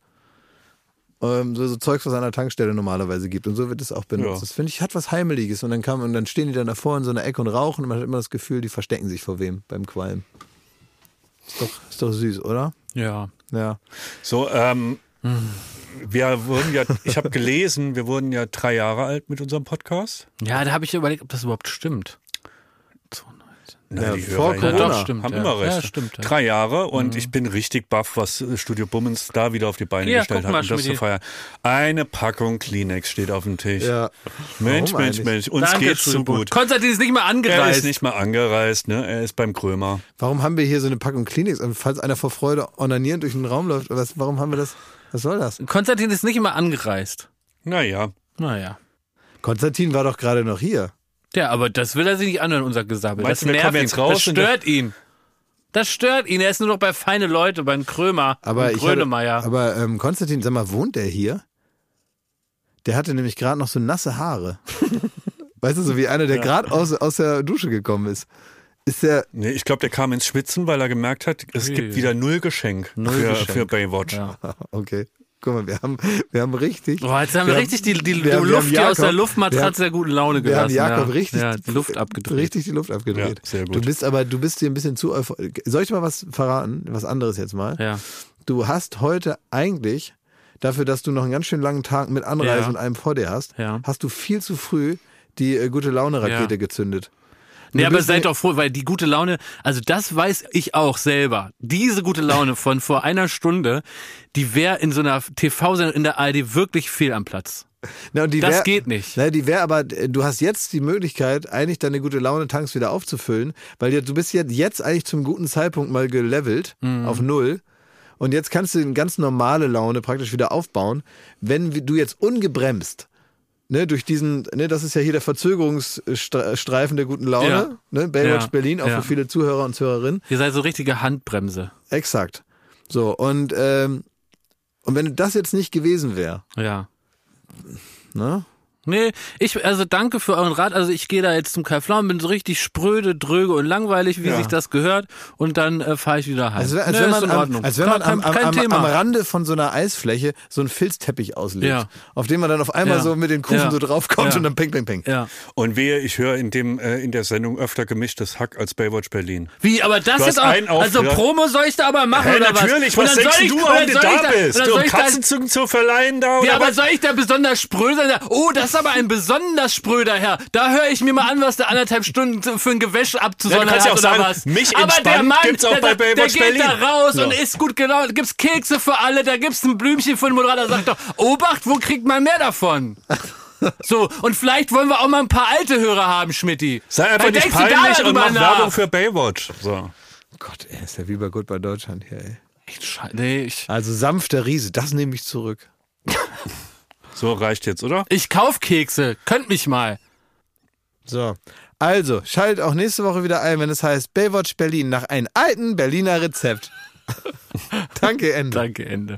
Ähm, so, so Zeugs, was an der Tankstelle normalerweise gibt. Und so wird es auch benutzt. Ja. Das finde ich, hat was Heimeliges. Und dann kam, und dann stehen die dann davor in so einer Ecke und rauchen und man hat immer das Gefühl, die verstecken sich vor wem beim Qualm. Ist doch, ist doch süß, oder? ja. Ja. So, ähm, wir wurden ja, ich habe gelesen, wir wurden ja drei Jahre alt mit unserem Podcast. Ja, da habe ich überlegt, ob das überhaupt stimmt. Nein, Ja, die vor Hörer Corona. Ja, doch, stimmt, haben ja. immer recht. Ja, stimmt, ja. Mhm. Drei Jahre und ich bin richtig baff, was äh, Studio Bummens da wieder auf die Beine Ja, gestellt guck hat, mal, um das zu Schmidi. feiern. Eine Packung Kleenex steht auf dem Tisch. Ja. Mensch, Warum Mensch, eigentlich? Mensch, uns Danke, geht's so Tribut. gut. Konstantin ist nicht mal Er ist angereist. nicht mal angereist, ne? Er ist beim Krömer. Warum haben wir hier so eine Packung Kleenex? Und falls einer vor Freude onanierend durch den Raum läuft, was, warum haben wir das? Was soll das? Konstantin ist nicht mal angereist. Naja. Naja. Konstantin war doch gerade noch hier. Ja, aber das will er sich nicht anhören, unser Gesabbel. Meinst das du, wir nervt kommen jetzt ihn. raus Das und- stört ihn. Das stört ihn. Er ist nur noch bei feine Leute, bei den Krömer, Aber und ich hatte, Grönemeyer. aber ähm, Konstantin, sag mal, wohnt der hier? Der hatte nämlich gerade noch so nasse Haare. weißt du, so wie einer, der gerade aus, aus der Dusche gekommen ist. Ist der, Nee, ich glaube, der kam ins Schwitzen, weil er gemerkt hat, es Ui. gibt wieder null Geschenk, Null für, Geschenk. für Baywatch. Ja. okay. Guck mal, wir haben, wir haben richtig. Oh, jetzt haben wir, richtig die, die wir haben- wir Luft, haben die aus der Jakob- wir haben- Luftmatratze der guten Laune Wir haben gelassen. Jakob ja. richtig Ja, die Luft abgedreht. Richtig die Luft abgedreht. Ja, sehr gut. Du bist aber, du bist dir ein bisschen zu euphorisch. Soll ich dir mal was verraten? Was anderes jetzt mal? Ja. Du hast heute eigentlich, dafür, dass du noch einen ganz schön langen Tag mit Anreise Ja. und allem vor dir hast, Ja. hast du viel zu früh die äh, gute Laune-Rakete Ja. gezündet. Nee, Du aber bist seid nicht- doch froh, weil die gute Laune, also das weiß ich auch selber. Diese gute Laune von vor einer Stunde, die wäre in so einer TV-Sendung in der ARD wirklich fehl am Platz. Na, und die Das wär- geht nicht. Na, die wäre aber, äh, du hast jetzt die Möglichkeit, eigentlich deine gute Laune-Tanks wieder aufzufüllen, weil dir- du bist jetzt, jetzt eigentlich zum guten Zeitpunkt mal gelevelt Mhm. auf Null. Und jetzt kannst du eine ganz normale Laune praktisch wieder aufbauen, wenn wi- du jetzt ungebremst, ne, durch diesen, ne, das ist ja hier der Verzögerungsstreifen der guten Laune, Ja. ne, Baywatch Ja. Berlin, auch Ja. für viele Zuhörer und Zuhörerinnen. Ihr seid so richtige Handbremse. Exakt. So, und, ähm, und wenn das jetzt nicht gewesen wäre, Ja. ne? Nee, ich, also danke für euren Rat. Also ich gehe da jetzt zum Kai Pflaum, bin so richtig spröde, dröge und langweilig, wie sich das gehört. Und dann äh, fahre ich wieder heim. Als, wär- Also, als wenn Nee, ist man, in am, Ordnung. als wenn Klar, man am, kein, am, kein am, Thema. am Rande von so einer Eisfläche so einen Filzteppich auslegt, Ja. auf den man dann auf einmal Ja. so mit den Kufen Ja. so draufkommt Ja. und dann ping, ping, ping. ja. Und wehe, ich höre in, dem, äh, in der Sendung öfter gemischtes Hack als Baywatch Berlin. Wie, aber das Du hast jetzt auch, einen also aufgehört. Promo soll ich da aber machen Hey, oder natürlich, was? was Und dann denkst soll ich- du, und warum dann du soll ich da bist? und dann Um soll ich da- Katzenzügen zu verleihen da oder Ja, aber was? soll ich da besonders spröde sein? Oh, das ist aber ein besonders spröder Herr. Da höre ich mir mal an, was der anderthalb Stunden für ein Gewäsch Ja, abzusondern du kannst ja hat auch sagen, oder was. mich aber der entspannt Mann, gibt's auch der, bei der, der Baywatch geht da Berlin. raus Ja. und ist gut gelaunt. Da gibt's Kekse für alle, da gibt's ein Blümchen für den Moderator. Sagt doch, Obacht, wo kriegt man mehr davon? So, und vielleicht wollen wir auch mal ein paar alte Hörer haben, Schmidti. Sei einfach Dann nicht denkst du da peinlich und darüber mach nach. Werbung für Baywatch. So. Gott, ey, ist ja wie bei Gut bei Deutschland hier, ey. Echt scheiße. Nee, ich, Also sanfter Riese, das nehme ich zurück. so, reicht jetzt, oder? ich kauf Kekse. Könnt mich mal. So. Also, schaltet auch nächste Woche wieder ein, wenn es heißt Baywatch Berlin nach einem alten Berliner Rezept. Danke, Ende. Danke, Ende.